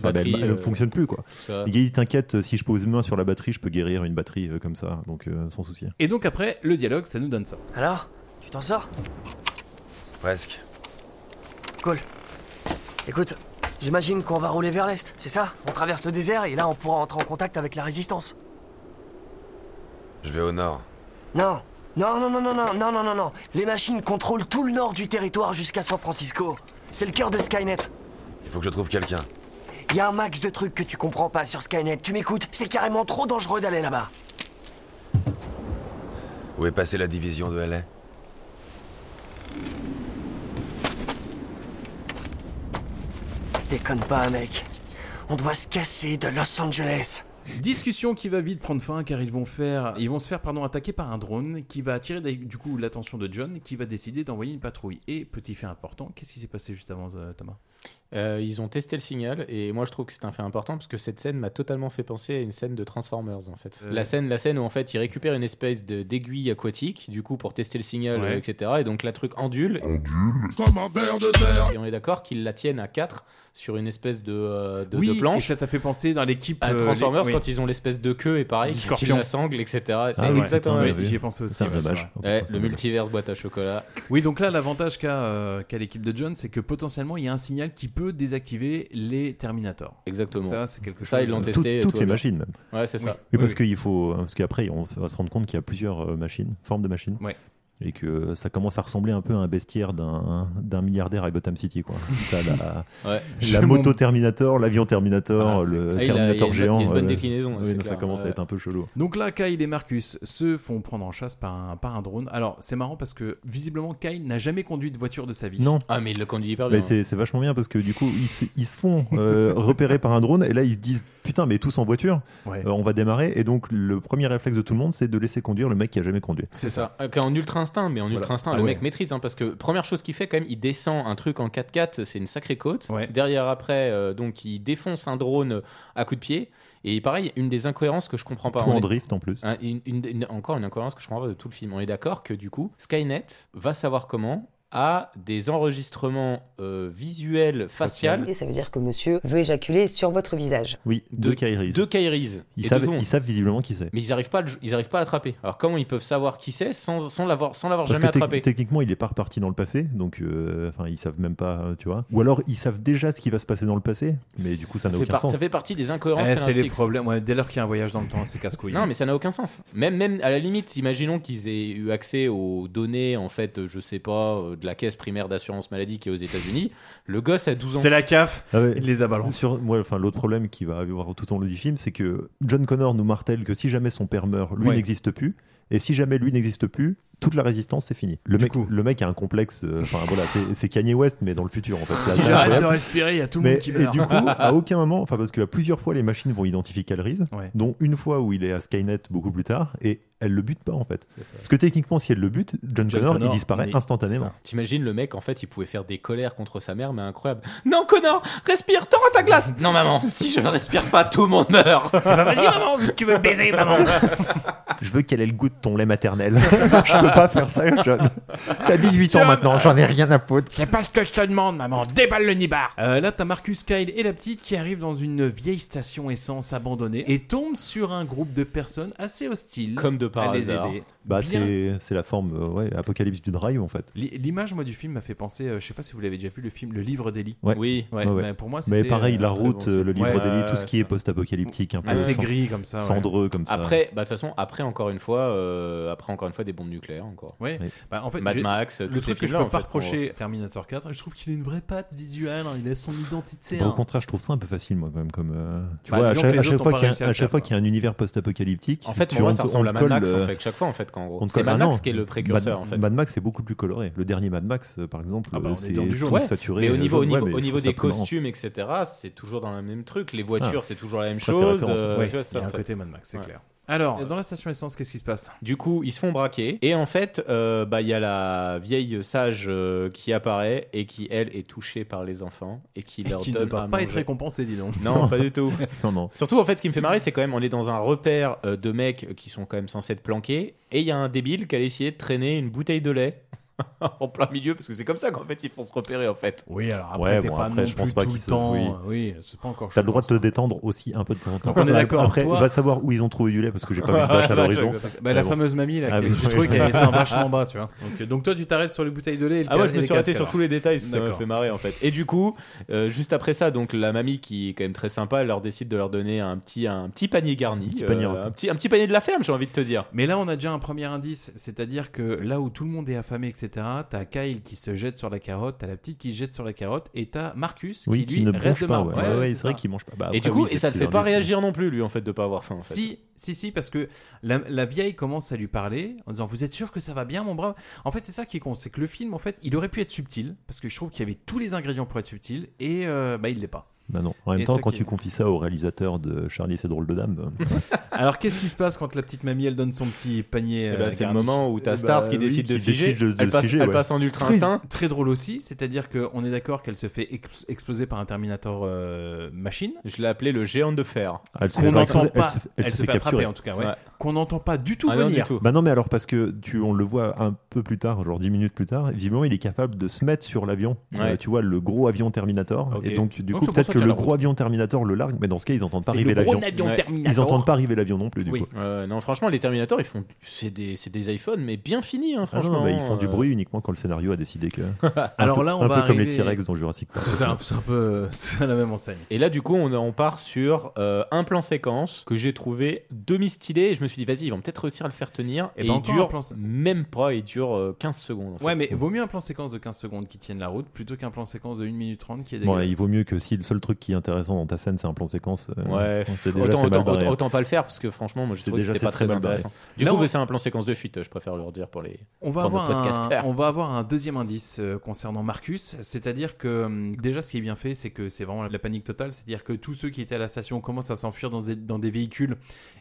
enfin, bah,
batteries,
elle- elle ne
euh,
fonctionne plus, quoi.
Ça.
Il dit, t'inquiète, euh, si je pose une main sur la batterie, je peux guérir une batterie euh, comme ça, donc euh, sans souci.
Et donc après, le dialogue, ça nous donne ça.
Alors Tu t'en sors
Presque.
Cool. Écoute, j'imagine qu'on va rouler vers l'est, c'est ça On traverse le désert et là on pourra entrer en contact avec la résistance.
Je vais au nord.
Non non, non, non, non, non, non, non, non, non. Les machines contrôlent tout le nord du territoire jusqu'à San Francisco. C'est le cœur de Skynet.
Il faut que je trouve quelqu'un.
Il y a un max de trucs que tu comprends pas sur Skynet. Tu m'écoutes, c'est carrément trop dangereux d'aller là-bas.
Où est passée la division de LA
Déconne pas, mec. On doit se casser de Los Angeles.
Discussion qui va vite prendre fin car ils vont faire, ils vont se faire pardon attaquer par un drone qui va attirer d'ailleurs, du coup l'attention de John qui va décider d'envoyer une patrouille. Et petit fait important, qu'est-ce qui s'est passé juste avant euh, Thomas
Euh, ils ont testé le signal et moi je trouve que c'est un fait important parce que cette scène m'a totalement fait penser à une scène de Transformers en fait.
Euh.
La scène, la scène où en fait ils récupèrent une espèce de- d'aiguille aquatique du coup pour tester le signal
Ouais.
euh, etc et donc la truc ondule. Et on est d'accord qu'ils la tiennent à 4 sur une espèce de, euh, de,
Oui,
de planche.
Et ça t'a fait penser dans l'équipe
À
euh,
Transformers,
les- oui.
quand ils ont l'espèce de queue et pareil,
Du
qui tire
scorpion. Ah
la sangle, etc. C'est
ouais,
Ah exactement.
putain,
la
oui,
même-
Ouais, J'y ai pensé aussi.
C'est un
ouais, c'est
dommage.
vrai.
Oh, putain,
Ouais,
c'est
Eh, le
un dommage.
multiverse boîte à chocolat.
Oui, donc là, l'avantage qu'a euh, qu'a l'équipe de John, c'est que potentiellement, il y a un signal qui peut désactiver les Terminators.
Exactement.
Ça, c'est quelque
Ça,
chose.
ils l'ont
euh,
Tout-
testé. et
toutes
tout
les
va bien.
machines, même.
Ouais, c'est ça.
Oui,
Oui,
parce
oui.
qu'il faut, parce qu'après, on va se rendre compte qu'il y a plusieurs euh, machines, formes de machines.
Ouais.
et que ça commence à ressembler un peu à un bestiaire d'un d'un milliardaire à Gotham City. Quoi. T'as la, la
Ouais. Je
moto Terminator, l'avion Terminator,
Ah, c'est-
le
Ah, il a- il y a
Terminator
une- il y a
géant.
une bonne
ouais.
déclinaison, hein,
Oui,
c'est
non, ça
clair,
commence à
ouais. Oh
être un peu chelou.
Donc là, Kyle et Marcus se font prendre en chasse par un, par un drone. Alors, c'est marrant parce que visiblement, Kyle n'a jamais conduit de voiture de sa vie.
Non.
Ah, mais il le conduit hyper bien.
Mais c'est c'est vachement bien parce que du coup ils se, ils se font euh, repérer par un drone et là ils se disent putain mais tous en voiture
Ouais.
euh, on va démarrer et donc le premier réflexe de tout le monde c'est de laisser conduire le mec qui a jamais conduit.
C'est ça. Ok, en ultra instinct, mais en ultra instinct,
Ah
le
ouais.
mec maîtrise, hein, parce que première chose qu'il fait quand même, il descend un truc en 4x4, c'est une sacrée côte. Derrière après, euh, donc il défonce un drone à coups de pied. Et pareil, une des incohérences que je comprends pas.
Tout
on
en
est-
drift, en plus.
Hein, une- une- une- encore une incohérence que je comprends pas de tout le film. On est d'accord que du coup, Skynet va savoir comment a des enregistrements euh, visuels faciales
Et ça veut dire que monsieur veut éjaculer sur votre visage.
Oui, deux Kairis.
de Kairis.
Ils
Et
savent,
tout le monde.
ils savent visiblement qui c'est.
Mais ils arrivent pas, à le- ils arrivent pas à l'attraper. Alors comment ils peuvent savoir qui c'est sans, sans l'avoir, sans l'avoir
Parce
jamais
que tec-
attrapé
techniquement, il est pas reparti dans le passé, donc euh, enfin ils savent même pas, euh, tu vois. Ou alors ils savent déjà ce qui va se passer dans le passé, mais du coup ça n'a
fait
aucun
par-
sens.
ça fait partie des incohérences.
Eh, c'est les
scénaristiques.
problèmes. Ouais, dès lors qu'il y a un voyage dans le temps, c'est casse-couille.
Non, mais ça n'a aucun sens. Même, même à la limite, imaginons qu'ils aient eu accès aux données, en fait, euh, je sais pas, euh, de la caisse primaire d'assurance maladie qui est aux États-Unis. Le gosse a 12 ans.
CAF,
Ah ouais.
il les a balancés.
Sur, moi, enfin, l'autre problème qui va avoir tout au long du film, c'est que John Connor nous martèle que si jamais son père meurt, lui
Ouais.
n'existe plus. Et si jamais lui n'existe plus, toute la résistance c'est fini. Le mec, le mec a un complexe. euh, Enfin voilà, c'est c'est Kanye West mais dans le futur
Ah,
en fait. C'est
Si
assez
j'arrête de
incroyable.
respirer, il y a tout le
Mais-
monde qui meurt.
Et du coup, à aucun moment, enfin parce que à plusieurs fois les machines vont identifier Calriss,
Ouais.
dont une fois où il est à Skynet beaucoup plus tard et elle le bute pas en fait.
C'est ça.
Parce que techniquement, si elle le bute, John, Connor, il disparaît
mais-
instantanément.
Ça. T'imagines le mec, en fait, il pouvait faire des colères contre sa mère, mais incroyable. Non, Connor, respire, t'auras ta glace Non, maman, si je ne respire pas, tout le monde meurt
vas-y, maman,
tu veux baiser, maman
Je veux qu'elle ait le goût de ton lait maternel. je peux pas faire ça, John. T'as 18 ans
John,
maintenant, j'en ai rien à foutre.
C'est pas ce que je te demande, maman. Déballe le nibar. Ah. Euh, là, t'as Marcus Kyle et la petite qui arrivent dans une vieille station essence abandonnée et tombent sur un groupe de personnes assez hostiles.
Comme de par
à les
hasard.
aider.
Bah,
Bien.
c'est c'est la forme euh, ouais, apocalypse du drive en fait.
L'i- L'image, moi, du film m'a fait penser. euh, je sais pas si vous l'avez déjà vu, le film Le Livre d'Eli.
Ouais.
Oui.
Ouais,
Ouais, ouais.
bah, pour moi,
mais
c'était,
pareil,
euh,
la
un très
route,
bon
euh, le
film.
livre
Ouais.
d'Eli, tout ce qui est post-apocalyptique, un peu
Assez
sang-
Ah, gris comme ça, ouais.
cendreux comme ça.
Après, bah, de toute façon, après encore une fois, euh, après encore une fois des bombes nucléaires encore.
Ouais. Bah, en fait,
Mad
j'ai-
Max, euh,
le
tous ces
truc que je
films-là,
peux
en
pas
fait,
reprocher à Terminator 4, je trouve qu'il a une vraie patte visuelle, hein, il a son identité.
Bah, au
hein.
contraire, je trouve ça un peu facile, moi, quand même. Comme, euh, tu
Bah,
vois, à
disons
chaque,
que les
à chaque
autres ont
fois
pas
qu'il y,
réussi à
a- à
le
chaque
faire,
fois qu'il y a un univers post-apocalyptique,
En fait, pour
tu-
moi,
on
ça
te- on
ressemble
te
à Mad Max,
colle,
en
euh,
fait, chaque fois, en fait, qu'en gros.
on te
C'est
colle
Mad
un
Max
an.
qui est le précurseur,
Mad,
en fait.
Mad Max est beaucoup plus coloré. Le dernier Mad Max, euh, par exemple,
Ah bah, on
euh,
est
c'est
dans
tout
du jaune. Ouais.
saturé.
Mais au
euh,
niveau,
jaune,
au
ouais,
niveau,
mais
au
je
niveau
trouve ça
des
plus marrant.
costumes, etc., c'est toujours dans le même truc. Les voitures,
Ah.
c'est toujours la même
Ça, c'est
chose.
référence,
euh,
ouais.
tu vois, ça,
Il y a
en
un
fait.
côté
Mad Max, c'est
Ouais.
clair. Alors, dans la station essence, qu'est-ce qui se passe
Du coup, ils se font braquer. Et en fait, euh, bah, il y a la vieille sage euh, qui apparaît et qui, elle, est touchée par les enfants et qui
Et
leur
qui ne
donne
va
à
pas être
manger.
récompensé, dis donc.
Non, pas du tout.
Non, non.
Surtout, en fait, ce qui me fait marrer, c'est quand même, on est dans un repère euh, de mecs qui sont quand même censés être planqués. Et il y a un débile qui a essayé de traîner une bouteille de lait en plein milieu, parce que c'est comme ça qu'en fait, ils font se repérer, en fait.
Oui, alors
Ouais, bon, après, je pense pas qu'ils se. oui.
Oui, c'est pas encore.
T'as le droit de te détendre aussi un peu de temps en temps.
on est d'accord,
Après,
toi-
va savoir où ils ont trouvé du lait parce que j'ai pas vu de vache à l'horizon.
Bah,
Mais
la
bon.
fameuse mamie, là,
Ah
qui
oui.
je trouvais qu'elle avait ça vachement bas, tu vois. Donc, euh, donc toi, tu t'arrêtes sur les bouteilles de lait. et le
Ah ouais,
ca-
je
et
me
les
suis arrêté
casques,
sur
alors.
tous les détails, parce que ça m'a
D'accord.
fait marrer en fait. Et du coup, euh, juste après ça, donc la mamie qui est quand même très sympa, elle leur décide de leur donner un petit, un petit panier garni, euh,
petit panier repas.
un, petit, un petit panier de la ferme, j'ai envie de te dire.
Mais là, on a déjà un premier indice, c'est-à-dire que là où tout le monde est affamé, etc., t'as Kyle qui se jette sur la carotte, t'as la petite qui se jette sur la carotte, et t'as Marcus
Oui,
qui,
qui
lui,
ne
reste
mange
de
pas,
marbre.
ouais. Ouais, ouais, c'est vrai
ça.
qu'il mange pas. Bah,
et
après,
du coup,
oui,
et
c'est
ça ne
petit
fait pas
indice.
réagir non plus lui en fait de pas avoir faim. En fait.
Si, si, si, parce que la, la vieille commence à lui parler en disant Vous êtes sûr que ça va bien, mon brave En fait, c'est ça qui est con, c'est que le film, en fait, il aurait pu être subtil, parce que je trouve qu'il y avait tous les ingrédients pour être subtil, et euh, bah, il l'est pas.
Bah non. En
Et
même temps,
ça
quand
qui-
tu confies ça au réalisateur de Charlie et ses drôles de dames,
Alors, qu'est-ce qui se passe quand la petite mamie, elle donne son petit panier
Eh ben,
euh,
c'est le
garni
moment où t'as
Eh
Stars
ben,
qui
oui,
décide de
bah, qui
figer.
décide de- de
elle, passe,
figer,
elle
ouais.
passe en ultra
Très-
instinct.
Très, drôle aussi, c'est-à-dire qu'on est d'accord qu'elle se fait ex- exploser par un Terminator euh, machine.
Je l'ai appelé le géant de fer.
elle se fait
Qu'on n'entend
elle
pas,
se-
elle se fait attraper
capturer.
en tout cas, ouais.
Ouais.
Qu'on n'entend pas du tout
Ah non, du
venir.
tout.
Bah non, mais alors parce que tu, on le voit un peu plus tard, genre 10 minutes plus tard, visiblement il est capable de se mettre sur l'avion.
Ouais.
Euh, tu vois, le gros avion Terminator.
Ok.
Et donc, du
Donc,
coup,
c'est pour
peut-être
ça
que
à
le
la
gros avion Terminator le largue, mais dans ce cas, ils entendent pas
C'est
arriver
le gros
l'avion.
avion Ouais. Terminator.
Ils entendent pas arriver l'avion non plus, du
Oui.
coup.
Euh, non, franchement, les Terminators, ils font. C'est des, c'est des iPhones, mais bien finis, hein,
Ah non,
franchement.
bah, ils font du
Euh,
bruit uniquement quand le scénario a décidé que. Un
Alors
peu-
là, on
un
va
peu comme les
arriver-
T-Rex dans Jurassic Park.
C'est ça, c'est un peu c'est à la même enseigne.
Et là, du coup, on, on part sur euh, un plan séquence que j'ai trouvé demi-stylé. Et je me suis dit, vas-y, ils vont peut-être réussir à le faire tenir.
Eh
Et,
ben,
il
encore un
dure
plan
même pas, il dure euh, 15 secondes. en fait.
Ouais, mais vaut mieux un plan séquence de 15 secondes qui tienne la route plutôt qu'un plan séquence de 1 minute 30 qui est
Bon,
dégueulasse.
il vaut mieux que si le seul truc qui est intéressant dans ta scène, c'est un plan séquence. euh,
Ouais,
on sait
pff,
déjà,
autant,
c'est mal
autant,
barré. hein.
autant- autant pas le faire parce que franchement, moi je
C'est
trouvais que
déjà-
c'était pas
c'est très
très
mal barré.
intéressant. Du
Là,
coup,
on-
mais c'est un plan séquence de fuite, je préfère leur dire pour les.
On va,
pour nos
avoir un,
podcasters.
on va avoir un deuxième indice euh, concernant Marcus, c'est-à-dire que hum, déjà ce qui est bien fait, c'est que c'est vraiment la panique totale, c'est-à-dire que tous ceux qui étaient à la station commencent à s'enfuir dans des, dans des véhicules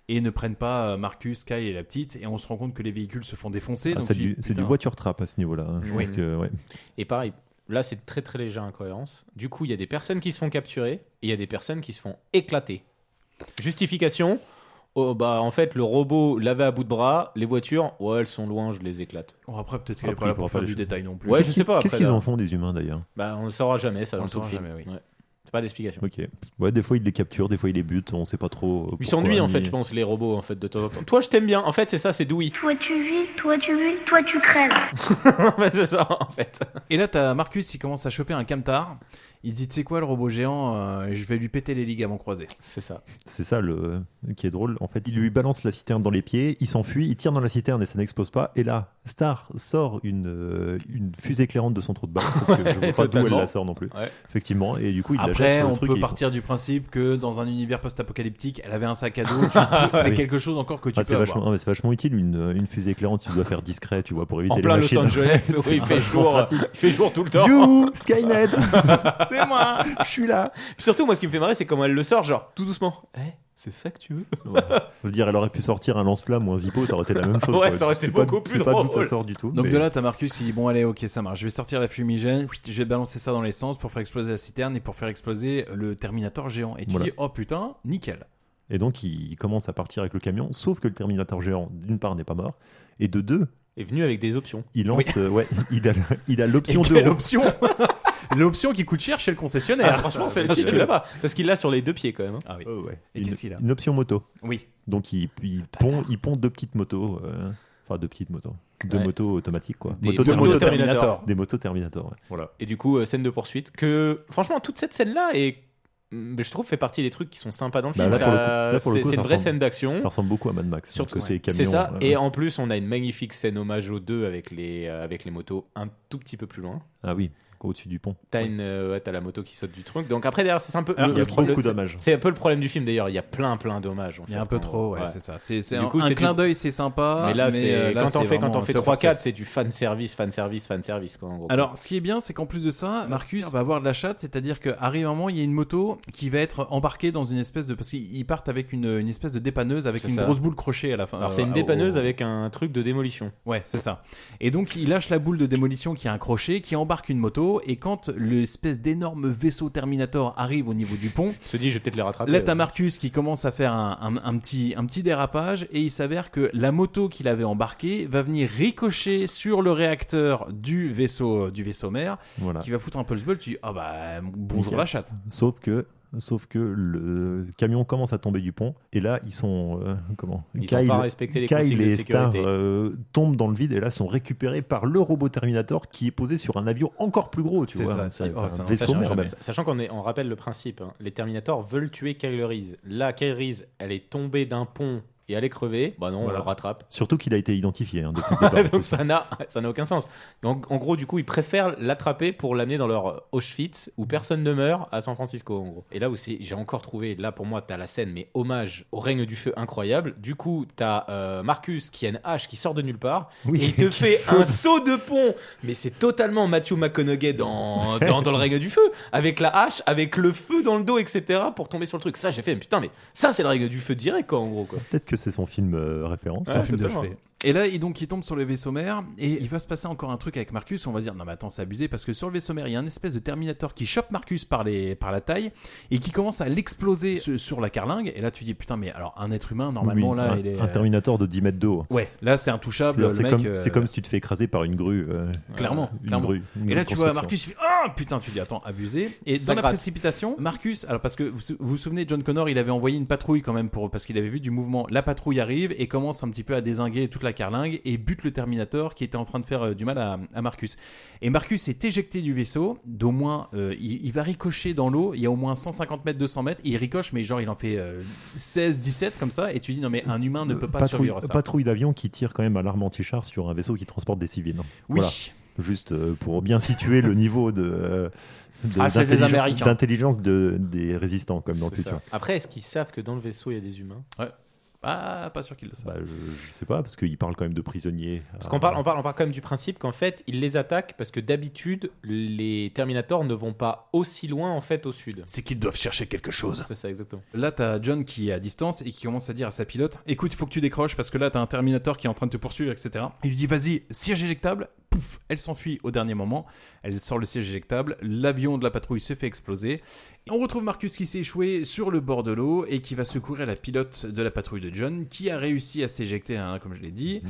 et ne prennent pas euh, Marcus, Kyle et la petite, et on se rend compte que les véhicules se font défoncer.
Ah,
donc
c'est
tu-
du, c'est du
putain.
voiture trap à ce niveau-là. hein. Je
Oui.
pense que, ouais.
Et pareil, là c'est très très légère incohérence. Du coup, il y a des personnes qui se font capturer et il y a des personnes qui se font éclater. Justification Oh, bah en fait le robot l'avait à bout de bras, les voitures, ouais elles sont loin, je les éclate.
Oh, après peut-être
Après,
qu'elle est pas là
il pourra
pour faire
pas
du
les-
détail non plus.
Ouais,
Qu'est-ce
je
qu'ils-
sais pas.
Qu'est-ce
après,
qu'ils
là.
en font des humains d'ailleurs
Bah on le saura jamais ça
On
dans
le
tout le
saura
film.
jamais, oui.
Ouais. C'est pas d'explication.
Ok. Ouais, des fois ils les capturent, des fois ils les butent, on sait pas trop. euh,
Ils
pourquoi,
s'ennuient en
ni-
fait, je pense, les robots en fait de temps en temps. Toi je t'aime bien, en fait c'est ça, c'est Dewey.
Toi tu vis, toi tu vis, toi tu crèves.
c'est ça en fait.
Et là, t'as Marcus, il commence à choper un camtar. Il se dit, tu sais quoi, le robot géant, euh, je vais lui péter les ligaments croisés.
C'est ça.
C'est ça le qui est drôle. En fait, il lui balance la citerne dans les pieds, il s'enfuit, il tire dans la citerne et ça n'explose pas. Et là, Star sort une, euh, une fusée éclairante de son trou de balle parce que je vois pas d'où elle
totalement.
la sort non plus.
Ouais.
Effectivement. Et du coup, il la jette
Après,
sur le
on
truc et
peut
il faut-
partir du principe que dans un univers post-apocalyptique, elle avait un sac à dos. tu- c'est
Ah Oui.
quelque chose encore que tu
Ah, c'est
peux
vachement,
avoir.
ah, mais c'est vachement utile une, une fusée éclairante. Tu dois faire discret, tu vois, pour éviter
En
les
plein Los
machines.
Angeles,
C'est
où il fait
vachement
jour, euh,
pratique.
il fait jour tout le temps.
You, Skynet
C'est moi
Je suis là
Puis Surtout, moi, ce qui me fait marrer, c'est comment elle le sort, genre, tout doucement. Eh, c'est ça que tu veux
Je veux dire, elle aurait pu sortir un lance-flamme ou un zippo, ça aurait été la même chose.
Ouais,
quoi.
ça aurait été
C'est pas-
beaucoup plus
c'est pas d'où
drôle.
ça sort du tout.
Donc
mais-
de là, t'as Marcus, il dit bon allez, ok, ça marche. Je vais sortir la fumigène, je vais balancer ça dans l'essence pour faire exploser la citerne et pour faire exploser le Terminator géant. Et tu
Voilà.
dis oh putain, nickel.
Et donc, il commence à partir avec le camion, sauf que le Terminator géant, d'une part, n'est pas mort, et de deux,
Est venu avec des options.
il lance. euh, ouais, il a, il a l'option
Et
de.
quelle option L'option qui coûte cher chez le concessionnaire.
Ah, franchement, celle-ci, tu l'as pas. Parce qu'il l'a sur les deux pieds quand même. hein.
Ah oui. Et
Oh, Une,
qu'est-ce qu'il a
une option moto.
Oui.
Donc, il, il pond, il pond deux petites motos. euh, Enfin, deux petites motos. Deux
Ouais.
motos automatiques, quoi.
Des-
Motos
deux motos
Terminator.
Terminator.
Des motos Terminator, ouais.
Et du coup, euh, scène de poursuite. Que, franchement, toute cette scène-là est. mm, Je trouve fait partie des trucs qui sont sympas dans le
Bah,
film.
là,
Ça-
pour le coup- là, pour le
C'est
coup,
c'est
ça
une vraie
ressemble-
scène d'action.
Ça ressemble beaucoup à Mad Max. Surtout que c'est camion.
Hein
hein.
C'est ça.
ouais,
Et
ouais.
en plus, on a une magnifique scène hommage aux deux avec les, euh, avec les motos un tout petit peu plus loin.
Ah oui, au-dessus du pont.
T'as une, euh, ouais, t'as la moto qui saute du truc. Donc après, derrière, c'est un peu.
Ah, il y a
le-
beaucoup
le- c'est-
d'hommages.
C'est un peu le problème du film d'ailleurs. Il y a plein, plein d'hommages. en
Il y a
fait,
un peu
en-
trop, ouais, c'est ça. C'est- c'est
Du
un-
coup,
un clin
du-
d'œil, c'est sympa,
Mais là,
mais,
c'est-
euh, là,
quand on
c'est
fait, quand on
vraiment
fait
soft
3-4, c'est du fan service, fan service, fan service. Quoi, en gros.
Alors, ce qui est bien, c'est qu'en plus de
Ah.
ça, Marcus va avoir de la chatte, c'est-à-dire qu'arrive un moment, il y a une moto qui va être embarquée dans une espèce de. Parce qu'ils partent avec une, une espèce de dépanneuse avec
C'est
une
ça.
grosse boule crochet à la fin.
Alors, c'est
euh,
une
au-
dépanneuse
au-
avec un truc de démolition.
Ouais, c'est ça. Et donc, il lâche la boule de démolition qui a un crochet, qui embarque une moto, et quand l'espèce d'énorme vaisseau Terminator arrive au niveau du pont,
Se dit, je vais peut-être les rattraper. euh.
Là, t'as Marcus qui commence à faire un, un- un petit, un petit dérapage et il s'avère que la moto qu'il avait embarquée va venir ricocher sur le réacteur du vaisseau, du vaisseau mère
Voilà.
qui va foutre un peu le sbeul. Tu dis, ah bah, bonjour
Ah. Nickel.
la chatte.
Sauf que, sauf que le camion commence à tomber du pont et là ils sont euh, comment
Ils ont pas respecté les
Kyle
consignes de
et Star
sécurité.
euh, tombent dans le vide et là sont récupérés par le robot Terminator qui est posé sur un avion encore plus gros. Tu
C'est
vois,
ça,
C'est
tu dis, oh, c'est
un
un
vaisseau
sachet,
mère,
ça,
même.
Sa- Sachant qu'on est, on rappelle le principe, hein. les Terminators veulent tuer Kyle Reese. Là, Kyle Reese, elle est tombée d'un pont et elle est crevée. Bah non,
Voilà.
on le rattrape.
Surtout qu'il a été identifié hein, depuis le départ.
Donc ça n'a ça n'a aucun sens. Donc en gros, du coup, ils préfèrent l'attraper pour l'amener dans leur Auschwitz où personne ne meurt à San Francisco en gros. Et là où c'est- j'ai encore trouvé, là pour moi, t'as la scène mais hommage au règne du feu incroyable. Du coup, t'as euh, Marcus qui a une hache qui sort de nulle part
Oui,
et il te
qui
fait
saute.
un saut de pont. Mais c'est totalement Matthew McConaughey dans, dans dans le règne du feu avec la hache, avec le feu dans le dos, etc. pour tomber sur le truc. Ça, j'ai fait mais putain, mais ça c'est le règne du feu direct quoi en gros quoi.
Peut-être que c'est son film euh, référence.
Ouais, totalement.
Et là, il, donc, il tombe sur le vaisseau mère et il va se passer encore un truc avec Marcus. On va se dire, non, mais attends, c'est abusé parce que sur le vaisseau mère, il y a un espèce de Terminator qui chope Marcus par, les, par la taille et qui commence à l'exploser su- sur la carlingue. Et là, tu dis, putain, mais alors, un être humain, normalement,
Oui,
là,
un,
il est.
un Terminator de 10 mètres de haut.
Ouais, là, c'est intouchable.
Là,
le
C'est
mec,
comme,
euh,
c'est comme si tu te fais écraser par une grue. euh,
Clairement,
une
clairement.
grue, une
et là,
grue
tu vois
construction.
Marcus, il fait Ah putain, tu dis attends, abusé. Et
Ça
dans la
gratte.
précipitation, Marcus, alors parce que vous vous vous souvenez, John Connor, il avait envoyé une patrouille quand même pour parce qu'il avait vu du mouvement. La patrouille arrive et commence un petit peu à désinguer toute la carlingue et bute le Terminator qui était en train de faire euh, du mal à, à Marcus. Et Marcus est éjecté du vaisseau, d'au moins, euh, il, il va ricocher dans l'eau. Il y a au moins 150 mètres, 200 mètres. Il ricoche, mais genre, il en fait euh, 16, 17 comme ça. Et tu dis non, mais un humain ne peut pas
Euh, patrouille,
survivre à ça.
patrouille d'avion qui tire quand même à l'arme anti-char sur un vaisseau qui transporte des civils. hein.
Oui.
Voilà. Juste euh, pour bien situer le niveau de. euh, de-
Ah, c'est des
d'intelligence-
Américains.
D'intelligence de, des résistants, comme dans le futur.
Après, est-ce qu'ils savent que dans le vaisseau, il y a des humains
Ouais. Ah, pas sûr qu'ils le savent.
Bah, je, je sais pas, parce qu'ils parlent quand même de prisonniers.
Parce qu'on parle, on parle, on parle quand même du principe qu'en fait, ils les attaquent parce que d'habitude, les Terminators ne vont pas aussi loin en fait au sud.
C'est qu'ils doivent chercher quelque chose.
C'est ça, exactement.
Là, t'as John qui est à distance et qui commence à dire à sa pilote Écoute, faut que tu décroches parce que là, t'as un Terminator qui est en train de te poursuivre, etc. Il lui dit Vas-y, siège éjectable. Pouf Elle s'enfuit au dernier moment. Elle sort le siège éjectable. L'avion de la patrouille se fait exploser. On retrouve Marcus qui s'est échoué sur le bord de l'eau et qui va secourir la pilote de la patrouille de John qui a réussi à s'éjecter, hein, comme je l'ai dit.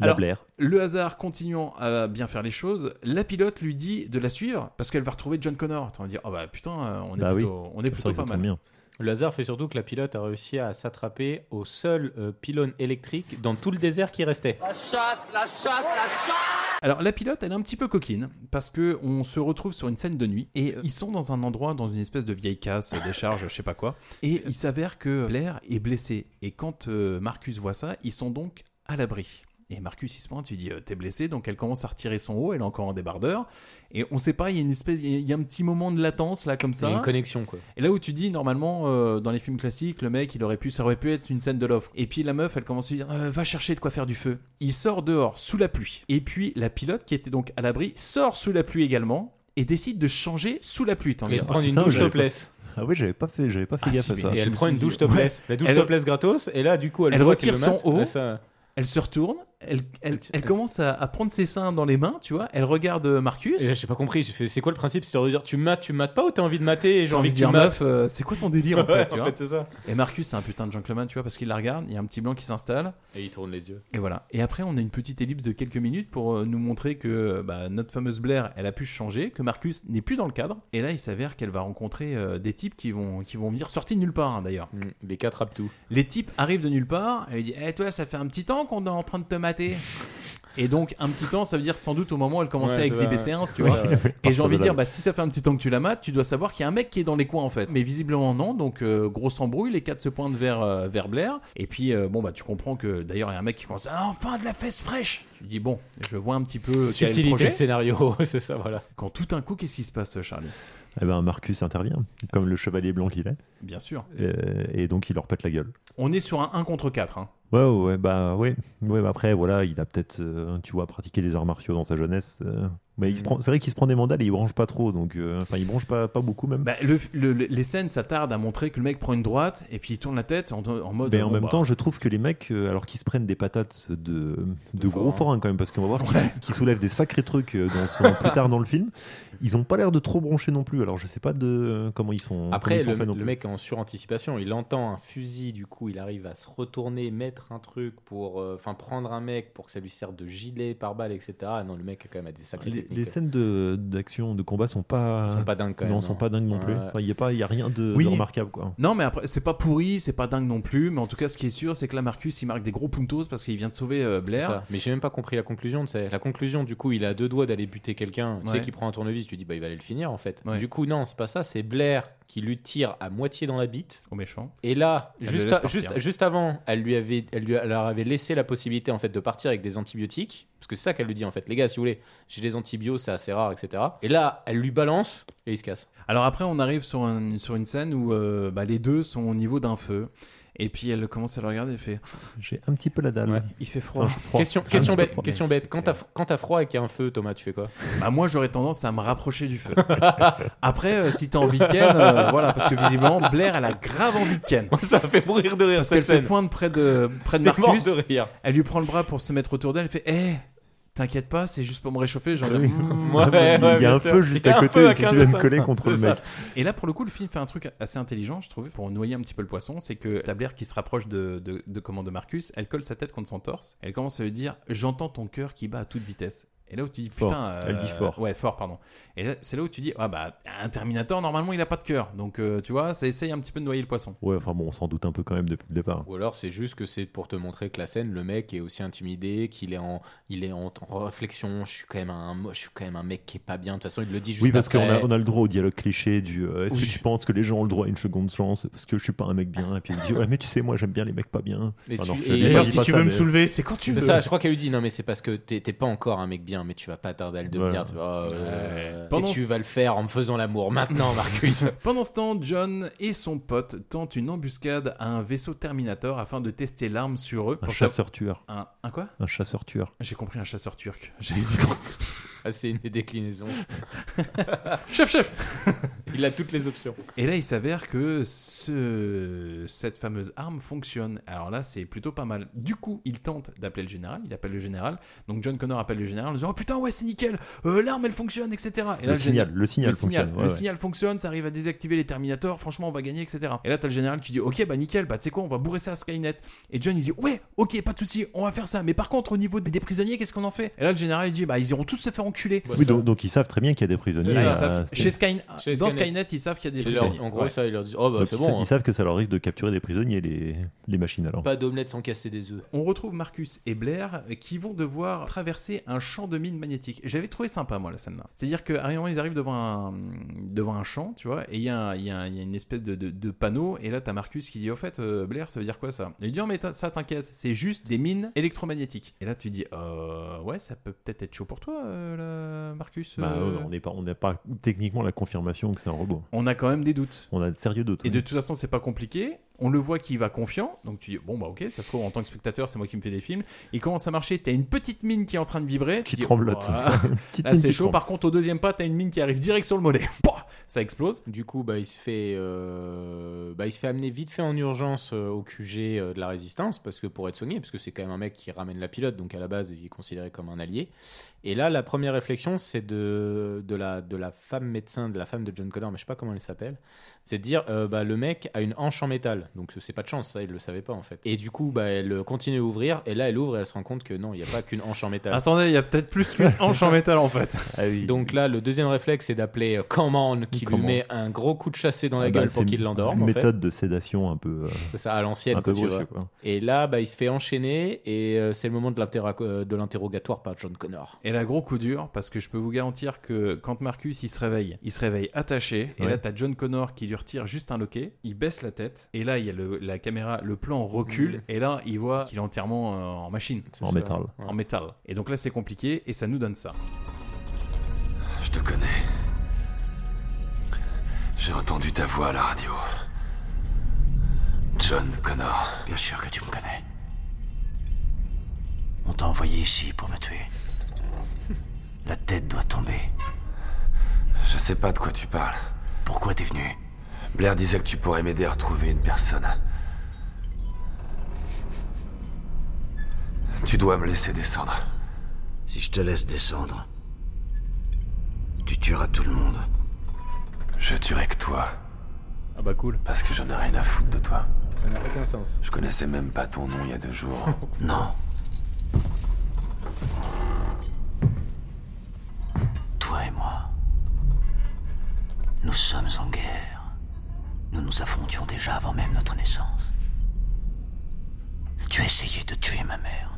La blaire.
Le hasard continuant à bien faire les choses, la pilote lui dit de la suivre parce qu'elle va retrouver John Connor. On va dire Oh bah putain, euh, on est
Bah oui.
plutôt, on est
Ça,
plutôt
ça
pas mal.
tombe bien.
Le hasard fait surtout que la pilote a réussi à s'attraper au seul euh, pylône électrique dans tout le désert qui restait.
La chatte, la chatte, la chatte
Alors la pilote, elle est un petit peu coquine parce que on se retrouve sur une scène de nuit et ils sont dans un endroit, dans une espèce de vieille casse, euh, décharge, je sais pas quoi. Et il s'avère que Blair est blessé et quand euh, Marcus voit ça, ils sont donc à l'abri. Et Marcus il se pointe, il dit euh, t'es blessé, donc elle commence à retirer son haut, elle est encore en débardeur et on sait pas, il y a une espèce, il y a- il y a un petit moment de latence là comme ça.
Il y a une connexion, quoi.
Et là où tu dis normalement euh, dans les films classiques, le mec il aurait pu, ça aurait pu être une scène de l'offre. Et puis la meuf elle commence à lui dire Euh, va chercher de quoi faire du feu. Il sort dehors sous la pluie. Et puis la pilote qui était donc à l'abri sort sous la pluie également et décide de changer sous la pluie. T'en
Mais
dis,
de
Oh,
prendre une
putain,
douche
j'avais
topless.
pas-
Ah oui, j'avais pas fait, j'avais pas fait
Ah,
gaffe
si,
à
mais-
ça.
Et
Je
elle
me
prend
suis
une
dit,
douche
ouais.
topless. La douche
Elle-
topless gratos. Et là, du coup, elle,
Elle
voit
retire
qu'il le
son
mate.
haut.
Ah, ça-
Elle se retourne, elle, elle, elle commence à, à prendre ses seins dans les mains, tu vois. Elle regarde euh, Marcus.
Et là, j'ai pas compris. J'ai fait, c'est quoi le principe C'est de dire, tu mates, tu mates pas ou t'as envie de mater et j'ai
T'as envie
envie que
de dire,
tu mates
meuf, euh, c'est quoi ton délire en
Ouais,
fait, tu vois
c'est ça.
Et Marcus, c'est un putain de gentleman, tu vois, parce qu'il la regarde, il y a un petit blanc qui s'installe.
Et il tourne les yeux.
Et voilà. Et après, on a une petite ellipse de quelques minutes pour euh, nous montrer que euh, bah, notre fameuse Blair, elle a pu changer, que Marcus n'est plus dans le cadre. Et là, il s'avère qu'elle va rencontrer euh, des types qui vont, qui vont venir sortis de nulle part, hein, d'ailleurs.
Mm. les quatre abtous.
Les types arrivent de nulle part, elle lui dit Eh, toi, ça fait un petit temps qu'on est en train de te mater. Et donc, un petit temps, ça veut dire sans doute au moment où elle commençait
Ouais,
à
c'est
exhiber
vrai.
ses séances, tu
Ouais,
vois.
ouais.
Et j'ai
Partir
envie
de
de dire
là.
bah, si ça fait un petit temps que tu la mates, tu dois savoir qu'il y a un mec qui est dans les coins en fait. Mais visiblement non, donc euh, grosse embrouille, les quatre se pointent vers, euh, vers Blair. Et puis, euh, bon, bah, tu comprends que d'ailleurs, il y a un mec qui commence Ah, enfin de la fesse fraîche Tu dis Bon, je vois un petit peu. quel est le
Subtilité
projet.
du scénario, c'est ça, voilà.
Quand tout un coup, qu'est-ce qui se passe, Charlie
Eh ben, Marcus intervient, comme le chevalier blanc qu'il est.
Bien sûr.
Euh, et donc, il leur pète la gueule.
On est sur un 1 contre 4. Hein.
Ouais, ouais, ouais, bah ouais. ouais bah après, voilà, il a peut-être, euh, tu vois, pratiqué les arts martiaux dans sa jeunesse. euh. mais
Mm.
il se prend, c'est vrai qu'il se prend des mandales et il branche pas trop, donc, euh, enfin, il branche pas, pas beaucoup même.
Bah, le- le- le- les scènes s'attardent à montrer que le mec prend une droite et puis il tourne la tête en, en mode.
Mais Ben, en
bon,
même
bah,
temps, je trouve que les mecs, euh, alors qu'ils se prennent des patates de, de, gros
forains.
forains quand même, parce qu'on va voir qu'ils sou- qu'ils soulèvent des sacrés trucs euh, dans son- plus tard dans le film, ils ont pas l'air de trop broncher non plus. Alors je sais pas de euh, comment ils sont.
Après,
comment ils sont
le,
faits non
le
plus.
mec est en suranticipation, il entend un fusil, du coup, il arrive à se retourner, mettre un truc pour. euh, Enfin, prendre un mec pour que ça lui serve de gilet par balle, etc. Ah Non, le mec a quand même des sacrées
les,
techniques.
les scènes de- d'action, de, combat sont pas.
Sont pas dingues, quand
Non,
même,
sont
hein.
pas dingues non plus.
Ouais.
Enfin, Il y a pas, il y a rien de, de
Oui.
remarquable quoi.
Non, mais après, c'est pas pourri, c'est pas dingue non plus. Mais en tout cas, ce qui est sûr, c'est que là, Marcus, il marque des gros puntos parce qu'il vient de sauver euh,
C'est
Blair.
ça. Mais j'ai même pas compris la conclusion. tu sais. La conclusion, du coup, il a deux doigts d'aller buter quelqu'un. Tu
Ouais.
sais qu'il prend un tournevis, tu dis, bah, il va aller le finir en fait.
Ouais.
Du coup, non, c'est pas ça. C'est Blair qui lui tire à moitié dans la bite.
Au méchant.
Et là,
Elle
juste,
le laisse
à-
partir.
juste, juste avant, elle lui avait, elle lui, elle leur avait laissé la possibilité en fait de partir avec des antibiotiques, parce que c'est ça qu'elle lui dit en fait, les gars, si vous voulez, j'ai des antibiotiques, c'est assez rare, etc. Et là, elle lui balance et il se casse.
Alors après, on arrive sur, un- sur une scène où euh, bah, les deux sont au niveau d'un feu. Et puis elle commence à le regarder et fait
J'ai un petit peu la dalle.
Il fait froid.
Enfin, je- froid.
Question,
C'est un
question
petit peu
bête,
froid,
question bête. Quand t'as quand t'as froid et qu'il y a un feu, Thomas, tu fais quoi
Bah, moi j'aurais tendance à me rapprocher du feu. Après, euh, si t'as envie de ken, euh, voilà, parce que visiblement Blair elle a grave envie de ken.
Ça m'a fait mourir de rire
Parce
cette
qu'elle se
scène.
pointe près de, près de
J'étais mort
Marcus.
de rire.
Elle lui prend le bras pour se mettre autour d'elle. Elle fait Eh, t'inquiète pas, c'est juste pour me réchauffer. Genre,
Ah Oui.
Mm.
Ouais, ouais, Il y a bien un sûr. feu juste Il y a à un côté, feu à si tu veux 15, me coller contre le
C'est ça.
mec.
Et là, pour le coup, le film fait un truc assez intelligent, je trouve, pour noyer un petit peu le poisson. C'est que la Blair qui se rapproche de, de, de, comment, de Marcus, elle colle sa tête contre son torse. Elle commence à lui dire J'entends ton cœur qui bat à toute vitesse. Et là où tu dis
Fort.
putain,
Elle dit fort.
Ouais, fort, pardon. Et là, c'est là où tu dis ah bah un Terminator normalement il a pas de cœur, donc euh, tu vois, ça essaye un petit peu de noyer le poisson.
Ouais, enfin bon, on s'en doute un peu quand même depuis le départ.
Ou alors c'est juste que c'est pour te montrer que la scène, le mec est aussi intimidé, qu'il est en, il est en, en réflexion. Je suis quand même un, je suis quand même un mec qui est pas bien. De toute façon, il le dit juste
oui, parce qu'on
après.
a, on a le droit au dialogue cliché du euh, Est-ce
Oui.
que tu penses que les gens ont le droit à une seconde chance Parce que je suis pas un mec bien. Et puis il dit Ouais, mais tu sais, moi j'aime bien les mecs pas bien.
Et
Enfin,
tu-
non, je
et-
lui ai pas dit pas ça, mais-
C'est ça, je crois qu'elle lui dit non, mais c'est parce que t'es t'es pas encore un mec bien, mais tu vas pas tarder à le devenir.
Voilà.
tu vois, euh,
Ouais.
et
Pendant
tu
ce-
vas le faire en me faisant l'amour maintenant, Marcus.
Pendant ce temps, John et son pote tentent une embuscade à un vaisseau Terminator afin de tester l'arme sur eux.
Un
savoir-
chasseur-tueur.
Un, un quoi
Un chasseur-tueur.
J'ai compris un chasseur turc. J'ai-
Ah, c'est une déclinaison.
chef, chef
Il a toutes les options.
Et là, il s'avère que ce- cette fameuse arme fonctionne. Alors là, c'est plutôt pas mal. Du coup, il tente d'appeler le général. Il appelle le général. Donc John Connor appelle le général en disant Oh putain, ouais, c'est nickel. Euh, l'arme, elle fonctionne, etc. Et
Le
là,
signal,
général-
le signal fonctionne, ouais,
le
ouais.
signal fonctionne. Ça arrive à désactiver les Terminators. Franchement, on va gagner, etc. Et là, t'as le général qui dit Ok, bah nickel, bah tu sais quoi, on va bourrer ça à Skynet. Et John, il dit Ouais, ok, pas de souci, on va faire ça. Mais par contre, au niveau des, des prisonniers, qu'est-ce qu'on en fait Et là, le général, il dit Bah, ils iront tous se faire enculer.
Oui, donc, donc ils savent très bien qu'il y a des prisonniers.
C'est ça,
euh, à-
ils savent-
à-
Chez Skynet,
Ah, Chez
dans
Skynet.
Skynet, ils savent qu'il y a des
Ils leur-
prisonniers.
en gros,
Ouais. hein.
ça, ils leur disent Oh, bah
Donc,
c'est
ils
bon.
savent- Ils savent que ça leur risque de capturer des prisonniers, les, les machines alors.
Pas d'omelette sans casser des œufs.
On retrouve Marcus et Blair qui vont devoir traverser un champ de mines magnétiques. J'avais trouvé sympa, moi, la scène-là. C'est-à-dire qu'à un moment, ils arrivent devant un, devant un champ, tu vois, et il y, a un- il y a un- il y a une espèce de, de- de panneau, et là, t'as Marcus qui dit Au fait, euh, Blair, ça veut dire quoi ça Et Il dit Non, mais t'as- ça, t'inquiète, c'est juste des mines électromagnétiques. Et là, tu dis Euh, Ouais, ça peut peut-être être chaud pour toi, euh, là, Marcus.
Bah,
euh.
ouais, on n'est pas, on n'a pas techniquement la confirmation que c'est un robot.
On a quand même des doutes.
On a de sérieux doutes.
Et de toute façon, c'est pas compliqué. On le voit qu'il va confiant. Donc tu dis, bon, bah ok, ça se trouve, en tant que spectateur, c'est moi qui me fais des films. Il commence à marcher. T'as une petite mine qui est en train de vibrer. Qui
tremblote. Une
Ah,
petite
Là,
mine
c'est
qui
chaud.
tremble.
Par contre, au deuxième pas, t'as une mine qui arrive direct sur le mollet. Pouah ça explose.
Du coup, bah, il, se fait, euh, bah, il se fait amener vite fait en urgence euh, au QG euh, de la résistance parce que pour être soigné, parce que c'est quand même un mec qui ramène la pilote, donc à la base, il est considéré comme un allié. Et là, la première réflexion, c'est de, de, la, de la femme médecin, de la femme de John Connor, mais je sais pas comment elle s'appelle, c'est de dire euh, bah, le mec a une hanche en métal, donc c'est pas de chance, ça, il le savait pas en fait. Et du coup, bah, elle continue à ouvrir, et là, elle ouvre et elle se rend compte que non, il n'y a pas qu'une hanche en
Ah,
métal.
Euh. Attendez, il y a peut-être plus qu'une hanche en métal en fait.
Donc là, le deuxième réflexe, c'est d'appeler euh, Command qui
Command.
lui met un gros coup de chassé dans la
Ah bah,
gueule
c'est
pour qu'il l'endorme.
Une
en fait.
méthode de sédation un peu. euh,
C'est ça, à l'ancienne.
Un peu
quoi, tu
brusque,
vois.
quoi.
Et là, bah, il se fait enchaîner et euh, c'est le moment de l'interra- euh, de l'interrogatoire par John Connor.
Et là, gros coup dur, parce que je peux vous garantir que quand Marcus il se réveille, il se réveille attaché. Et
Ouais.
là, t'as John Connor qui lui retire juste un loquet. Il baisse la tête. Et là, il y a le- la caméra, le plan recule.
Mhm.
Et là, il voit qu'il est entièrement euh, Mmh. en machine.
En ça. métal.
En métal. Et donc là, c'est compliqué. Et ça nous donne ça.
Je te connais. J'ai entendu ta voix à la radio. John Connor. Bien sûr que tu me connais. On t'a envoyé ici pour me tuer. La tête doit tomber.
Je sais pas de quoi tu parles.
Pourquoi t'es venu
Blair disait que tu pourrais m'aider à retrouver une personne. Tu dois me laisser descendre.
Si je te laisse descendre, tu tueras tout le monde.
Je tuerai que toi.
Ah bah cool.
Parce que j'en ai rien à foutre de toi.
Ça n'a aucun sens.
Je connaissais même pas ton nom il y a deux jours.
Non. Toi et moi, nous sommes en guerre. Nous nous affrontions déjà avant même notre naissance. Tu as essayé de tuer ma mère,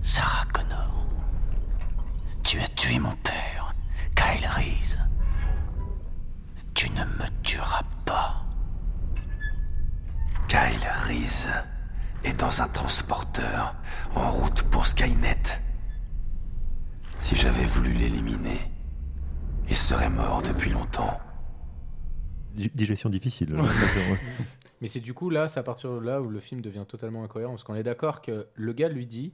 Sarah Connor. Tu as tué mon père, Kyle Reese. Tu ne me tueras pas.
Kyle Reese est dans un transporteur en route pour Skynet. Si j'avais voulu l'éliminer, il serait mort depuis longtemps.
di- Digestion difficile. là, maintenant, ouais.
Mais c'est du coup là, c'est à partir de là où le film devient totalement incohérent parce qu'on est d'accord que le gars lui dit.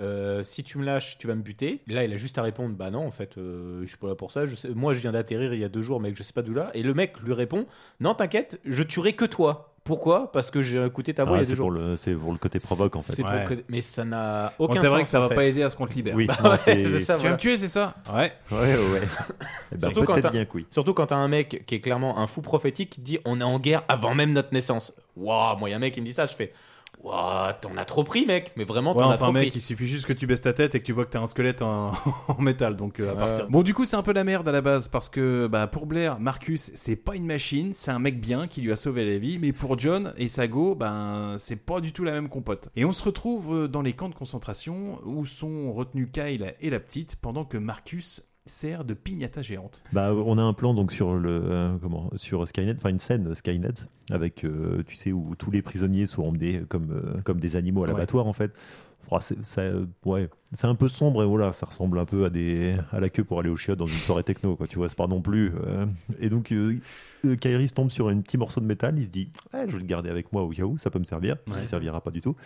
euh, si tu me lâches, tu vas me buter. Là, il a juste à répondre Bah non, en fait, euh, je suis pas là pour ça. Je sais- moi, je viens d'atterrir il y a deux jours, mec, je sais pas d'où là. Et le mec lui répond Non, t'inquiète, je tuerai que toi. Pourquoi Parce que j'ai écouté ta
Ah,
voix il y a
c'est
deux jours.
pour, le- c'est pour le côté provoque en fait.
C'est pour le côté- Mais ça n'a
Bon,
aucun
c'est vrai
sens,
que ça
en
va
fait.
pas aider à ce qu'on te libère.
Oui,
Bah
non,
ouais,
c'est-
c'est ça,
Tu vas
voilà.
me tuer, c'est ça Ouais.
Ouais, ouais. Eh ben,
surtout, quand
peut-être
t'as-
bien que oui.
surtout quand t'as un mec qui est clairement un fou prophétique qui dit on est en guerre avant même notre naissance. Waouh, moi y a un mec qui me dit ça, je fais Waouh, t'en as trop pris, mec, mais vraiment
Ouais,
t'en as
enfin,
trop
mec, il
pris.
suffit juste que tu baisses ta tête et que tu vois que t'as un squelette en, en métal. Donc, euh, à
Ouais.
partir. Bon, du coup, c'est un peu la merde à la base parce que bah, pour Blair, Marcus, c'est pas une machine, c'est un mec bien qui lui a sauvé la vie. Mais pour John et Sago, ben, c'est pas du tout la même compote. Et on se retrouve euh, dans les camps de concentration où sont retenus Kyle et la petite pendant que Marcus sert de pignata géante.
Bah, on a un plan donc sur le euh, comment sur Skynet, enfin une scène Skynet avec euh, tu sais où tous les prisonniers sont emmenés comme euh, comme des animaux à
Ouais.
l'abattoir en fait. Oh, c'est ça, euh, ouais, c'est un peu sombre et voilà, ça ressemble un peu à des à la queue pour aller au chiottes dans une soirée techno quoi. Tu vois, c'est pas non plus. euh. et donc euh, euh, Kairis tombe sur un petit morceau de métal, il se dit Ah, je vais le garder avec moi au cas où ça peut me servir. Ça
Ouais.
ne servira pas du tout.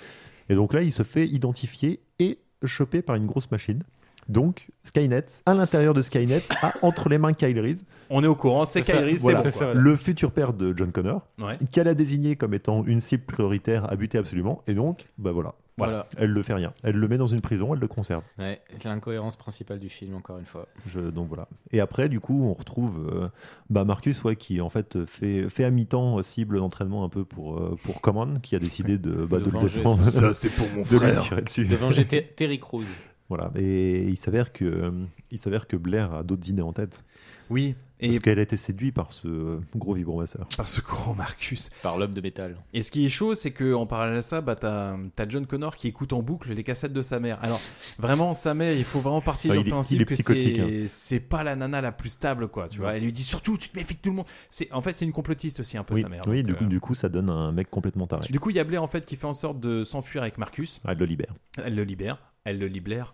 Et donc là, il se fait identifier et choper par une grosse machine. Donc, Skynet, à l'intérieur de Skynet, a entre les mains Kyle Reese.
On est au courant, c'est
ça,
Kyle Reese, c'est
voilà.
bon, quoi.
Le futur père de John Connor,
Ouais.
qu'elle a désigné comme étant une cible prioritaire à buter absolument. Et donc, bah voilà.
Voilà.
Elle le fait rien. Elle le met dans une prison, elle le conserve.
Ouais, c'est l'incohérence principale du film, encore une fois.
Je- donc voilà. Et après, du coup, on retrouve euh, bah, Marcus, ouais, qui en fait fait, fait à mi-temps euh, cible d'entraînement un peu pour, euh, pour Command, qui a décidé de, bah,
De
de le
venger
descendre.
son- Ça, c'est pour mon
de lui
frère.
tirer dessus.
De venger Ter- Terry Crews.
Voilà. Et il s'avère que, euh, il s'avère que Blair a d'autres idées en tête.
Oui.
Parce qu'elle a été séduite par ce euh, gros vibromasseur.
Par ce gros Marcus.
Par l'homme de métal.
Et ce qui est chaud, c'est qu'en parallèle à ça, bah, t'as t'as John Connor qui écoute en boucle les cassettes de sa mère. Alors, vraiment, sa mère, il faut vraiment partir
Ah,
du
il est-
principe
il est
que
psychotique, hein.
c'est- c'est pas la nana la plus stable, quoi. Tu vois, elle lui dit surtout, tu te méfies de tout le monde. C'est- En fait, c'est une complotiste aussi, un peu,
Oui,
sa mère.
oui
donc,
du, coup,
euh,
du coup, ça donne un mec complètement taré. Ah,
du coup, il y a Blair, en fait, qui fait en sorte de s'enfuir avec Marcus.
Elle le libère.
Elle le libère. Elle le libère.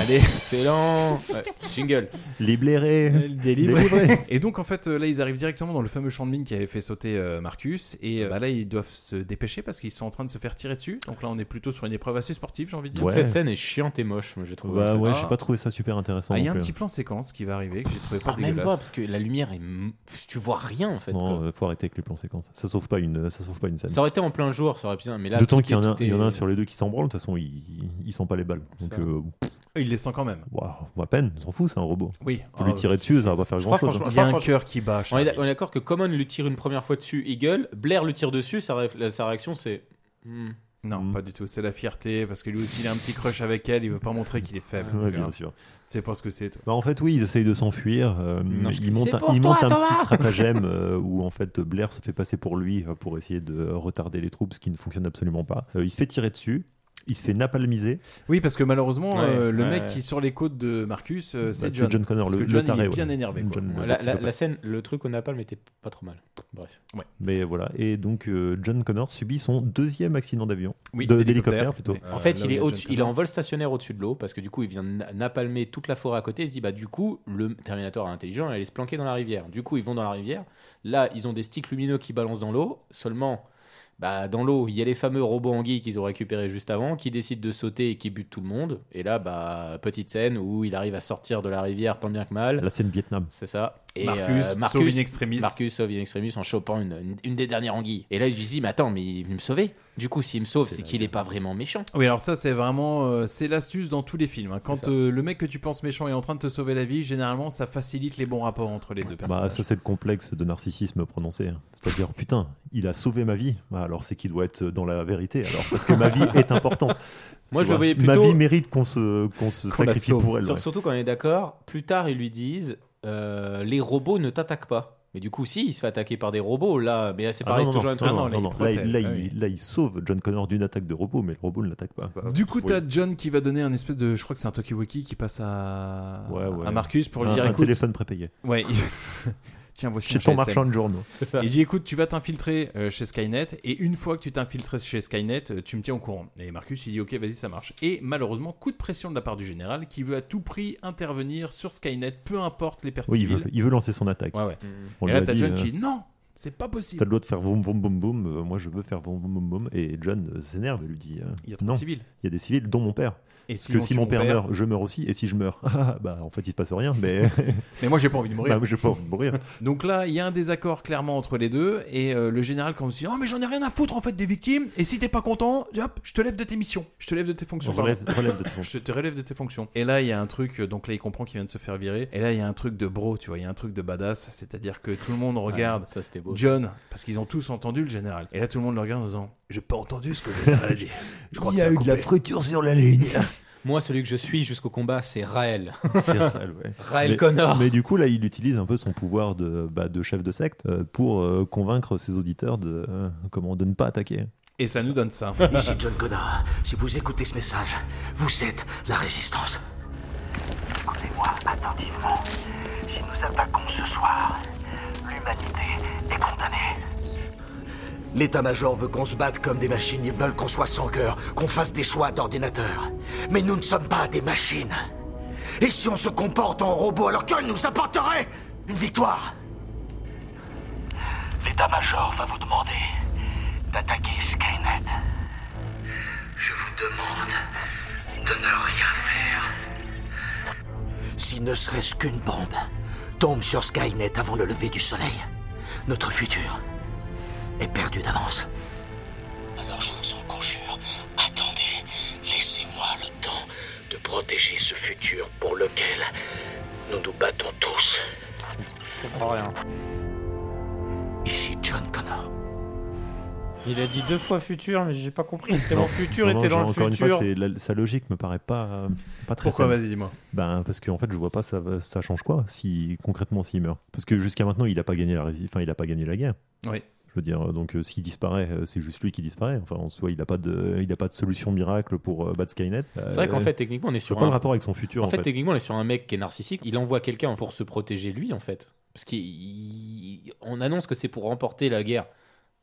Allez, excellent Ouais, Jingle
Libéré.
Délivré. Et donc en fait euh, là ils arrivent directement dans le fameux champ de mine qui avait fait sauter euh, Marcus et euh, bah, là ils doivent se dépêcher parce qu'ils sont en train de se faire tirer dessus. Donc là on est plutôt sur une épreuve assez sportive j'ai envie de dire.
Ouais.
Cette scène est chiante et moche, moi j'ai trouvé.
Bah ouais,
Ah.
j'ai pas trouvé ça super intéressant. euh,
Ah, il y a un
non plus.
petit plan séquence qui va arriver que j'ai trouvé pas
Ah, même
dégueulasse.
pas, parce que la lumière est. m- Tu vois rien en fait. quoi.
Non, euh, faut arrêter avec les plans séquences. Ça sauve pas une, ça sauve pas une scène.
Ça aurait été en plein jour, ça aurait bien. Mais là,
D'autant
tout
qu'il y, en
est-
a-
tout
il y en a
est-
un sur les deux qui s'en branle, de toute façon, il, il sent pas les balles. Donc,
Ça.
euh, pff,
Ah, Il les sent quand même.
waouh, à peine, on s'en fout, c'est un robot.
Oui.
Faut lui
Ah,
tirer dessus, ça va pas faire hein.
Je
grand
crois
chose.
franchement-
Il
je
y a
crois
un
franchement-
cœur qui bat.
On est
Charlie.
d'ac- on est d'accord que Common lui tire une première fois dessus, il gueule. Blair lui tire dessus, sa, ré- la- sa réaction c'est. Hmm.
Non pas
Mm.
du tout. C'est la fierté parce que lui aussi il a un petit crush avec elle. Il veut pas montrer qu'il est faible.
Ouais,
Tu vois.
bien sûr.
C'est pas ce que c'est. toi.
Bah, en fait, oui, ils essayent de s'enfuir. euh,
Non, je-
ils montent
C'est
un,
pour
ils
toi,
montent un
Thomas
petit stratagème euh, où en fait Blair se fait passer pour lui euh, pour essayer de retarder les troupes, ce qui ne fonctionne absolument pas. Euh, il se fait tirer dessus, il se fait napalmiser.
Oui parce que malheureusement
Ouais,
euh, le
ouais,
mec
ouais.
qui est sur les côtes de Marcus euh, c'est
Bah, c'est
John.
John Connor,
Parce que
le- le
John, il
taré,
est bien
ouais.
énervé. quoi.
John-
La, la-
psychopathe.
la scène, le truc au napalm était pas trop mal. Bref.
Mais voilà. Et donc euh, John Connor subit son deuxième accident d'avion,
Oui,
De-
d'hélicoptère.
d'hélicoptère plutôt.
En fait,
Euh, là où il
il
y
est,
a
au
John
il est
Connor.
en vol stationnaire au-dessus de l'eau parce que du coup, il vient na- napalmer toute la forêt à côté. Il se dit, bah du coup, le Terminator est intelligent et allait se planquer dans la rivière. Du coup, ils vont dans la rivière. Là, ils ont des sticks lumineux qui balancent dans l'eau. Seulement, bah, dans l'eau, il y a les fameux robots anguilles qu'ils ont récupérés juste avant qui décident de sauter et qui butent tout le monde. Et là, bah, petite scène où il arrive à sortir de la rivière tant bien que mal.
La scène Vietnam.
C'est ça. euh,
Marcus sauve in extremis.
Marcus sauve in extremis en chopant une, une- une des dernières anguilles. Et là, il lui dit, mais attends, mais il est venu me sauver. Du coup, s'il me sauve, c'est qu'il est pas vraiment méchant.
Oui, alors ça, c'est vraiment. euh, c'est l'astuce dans tous les films. hein. Quand euh, le mec que tu penses méchant est en train de te sauver la vie, généralement, ça facilite les bons rapports entre les deux
Bah,
personnages.
ça, c'est le complexe de narcissisme prononcé. hein. C'est-à-dire, putain, il a sauvé ma vie. Bah, alors, c'est qu'il doit être dans la vérité. Alors, parce que ma vie est importante.
Moi,
Tu
je le
vois,
voyais
Ma
plutôt-
vie mérite qu'on se, qu'on se
Qu'on la
sacrifie
sauve.
pour elle.
Sauf-
ouais.
Surtout quand on est d'accord, plus tard, ils lui disent, euh, les robots ne t'attaquent pas. Mais du coup, si, il se fait attaquer par des robots, là, mais là, c'est
Ah,
pareil,
non,
c'est
non,
toujours un
non,
truc.
non,
Ah,
non,
non,
non.
là,
Là,
il
il,
protège.
là, il- là, il sauve John Connor d'une attaque de robot, mais le robot ne l'attaque pas.
Du coup,
Oui.
t'as John qui va donner un espèce de. Je crois que c'est un Tokiwoki qui passe à,
Ouais, ouais.
à Marcus pour lui
Un-
dire
un
écoute.
téléphone prépayé.
Ouais. il- Tiens, voici
Chez
un
ton
GSM.
marchand de journaux.
Il dit écoute, tu vas t'infiltrer euh, chez Skynet et une fois que tu t'infiltres chez Skynet, euh, tu me tiens au courant. Et Marcus il dit ok, vas-y, ça marche. Et malheureusement, coup de pression de la part du général qui veut à tout prix intervenir sur Skynet, peu importe les personnes.
Oui, il veut, il veut lancer son attaque.
Ouais, ouais.
On
et
lui
là,
a
t'as
dit,
John
euh,
qui dit non, C'est pas possible.
T'as de l'autre faire boum boum boum boum, euh, moi je veux faire boum boum boum boum. Et John euh, s'énerve et lui dit euh,
Il y a trop de
Non,
civils.
il y a des civils, dont mon père.
Et
Parce
si
que
on
si
tue
mon
mon
père,
père
meurt, je meurs aussi. Et si je meurs, ah, bah en fait il se passe rien, mais.
Mais moi j'ai pas envie de mourir.
Bah, moi, j'ai pas envie de mourir.
Donc là, il y a un désaccord clairement entre les deux, et euh, le général quand même se dit, oh mais j'en ai rien à foutre en fait des victimes, et si t'es pas content, hop, je te lève de tes missions, je te lève de tes fonctions.
Relève-
pardon.
relève de tes fonctions.
je te relève de tes fonctions. Et là, il y a un truc, euh, donc là il comprend qu'il vient de se faire virer, et là il y a un truc de bro, tu vois, il y a un truc de badass, c'est-à-dire que tout le monde regarde
Ouais, ça, c'était beau.
John, parce qu'ils ont tous entendu le général, et là tout le monde le regarde en disant, j'ai pas entendu ce que le général a dit. Je crois
Il
que
y
ça
a eu de la
coupé.
friture sur la ligne.
Moi, celui que je suis jusqu'au combat, c'est Raël.
C'est Raël, ouais.
Raël
mais,
Connor.
Mais du coup, là, il utilise un peu son pouvoir de, bah, de chef de secte euh, pour euh, convaincre ses auditeurs de, euh, comment, de ne pas attaquer.
Et ça nous donne ça.
Ici John Connor, si vous écoutez ce message, vous êtes la résistance. Écoutez-moi attentivement. Si nous attaquons ce soir, l'humanité est condamnée. L'état-major veut qu'on se batte comme des machines, ils veulent qu'on soit sans cœur, qu'on fasse des choix d'ordinateur. Mais nous ne sommes pas des machines. Et si on se comporte en robot, alors que nous apporterait une victoire L'état-major va vous demander d'attaquer Skynet. Je vous demande de ne rien faire. Si ne serait-ce qu'une bombe tombe sur Skynet avant le lever du soleil, notre futur est perdu d'avance. Alors je vous en conjure, attendez, laissez-moi le temps de protéger ce futur pour lequel nous nous battons tous.
Je comprends rien.
Ici John Connor.
Il a dit deux fois futur, mais j'ai pas compris. C'était dans
Non.
le futur,
Non, non,
était dans
genre,
le
encore
futur.
une fois, c'est la- sa logique me paraît pas, euh, pas très
Pourquoi
saine.
Vas-y, dis-moi.
Ben, parce qu'en fait, je vois pas ça, va- ça change quoi si concrétement s'il meurt. Parce que jusqu'à maintenant, il a pas gagné la, rési- enfin, il a pas gagné la guerre.
Oui.
Je veux dire, donc euh, s'il disparaît, euh, c'est juste lui qui disparaît. Enfin, en soi, il a pas de, il a pas de solution miracle pour euh, battre Skynet.
C'est vrai
Euh,
qu'en fait, techniquement, on est
je
sur
vois pas
un-
le rapport avec son futur.
En, fait, techniquement, on est sur un mec qui est narcissique. Il envoie quelqu'un pour se protéger lui, en fait. Parce qu'on annonce que c'est pour remporter la guerre.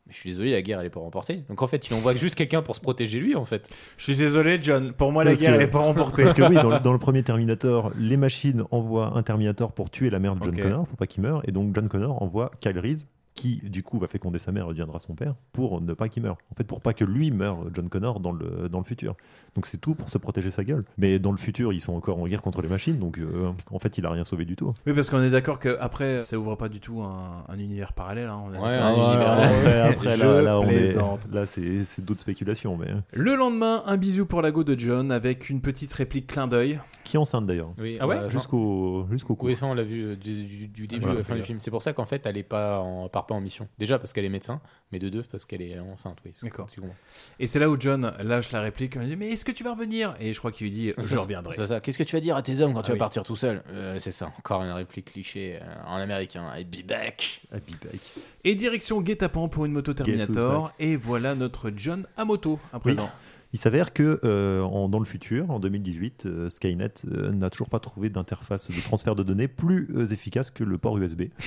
Mais je suis désolé, la guerre, elle est pas remportée. Donc en fait, il envoie juste quelqu'un pour se protéger lui, en fait.
Je suis désolé, John, pour moi la
Parce
guerre
que-
elle est pas remportée.
Parce que oui, dans le, dans le premier Terminator, les machines envoient un Terminator pour tuer la mère de John
Ok.
Connor, pour pas qu'il meure. Et donc John Connor envoie Kyle Reese, qui du coup va féconder sa mère et deviendra son père, pour ne pas qu'il meure. En fait, pour pas que lui meure, John Connor, dans le, dans le futur. Donc c'est tout pour se protéger sa gueule. Mais dans le futur, ils sont encore en guerre contre les machines, donc euh, en fait, il a rien sauvé du tout.
Oui, parce qu'on est d'accord que après, ça ouvre pas du tout un, un univers parallèle. hein, on est
Ah Ouais,
d'accord,
un univers
Après, après, là,
Je
là, on est-
plaisante.
là, c'est c'est d'autres spéculations, mais euh,
Le lendemain, un bisou pour la go de John avec une petite réplique clin d'œil.
qui est enceinte d'ailleurs.
Oui,
Ah ouais
bah,
Jusqu'au jusqu'au cou.
Oui, ça, on l'a vu euh, du, du- du début
ouais,
à la fin
ouais.
du film. C'est pour ça qu'en fait, elle est pas en, part pas en mission. Déjà parce qu'elle est médecin, mais de deux parce qu'elle est enceinte. Oui, c'est-
D'accord.
tu comprends.
Et c'est là où John lâche la réplique. On lui dit Mais est-ce que tu vas revenir Et je crois qu'il lui dit Je
Ça,
reviendrai.
c'est ça. Qu'est-ce que tu vas dire à tes hommes quand
Ah
tu vas
oui.
partir tout seul Euh, C'est ça, encore une réplique cliché euh, en américain. I'll be back.
Ah, puis, bah,
Et direction guet-apens pour une moto
who's
Terminator. Et voilà notre John à moto à
Oui.
présent.
Il s'avère que euh, en- dans le futur, en 2018, euh, Skynet euh, n'a toujours pas trouvé d'interface de transfert de données plus euh, efficace que le port USB.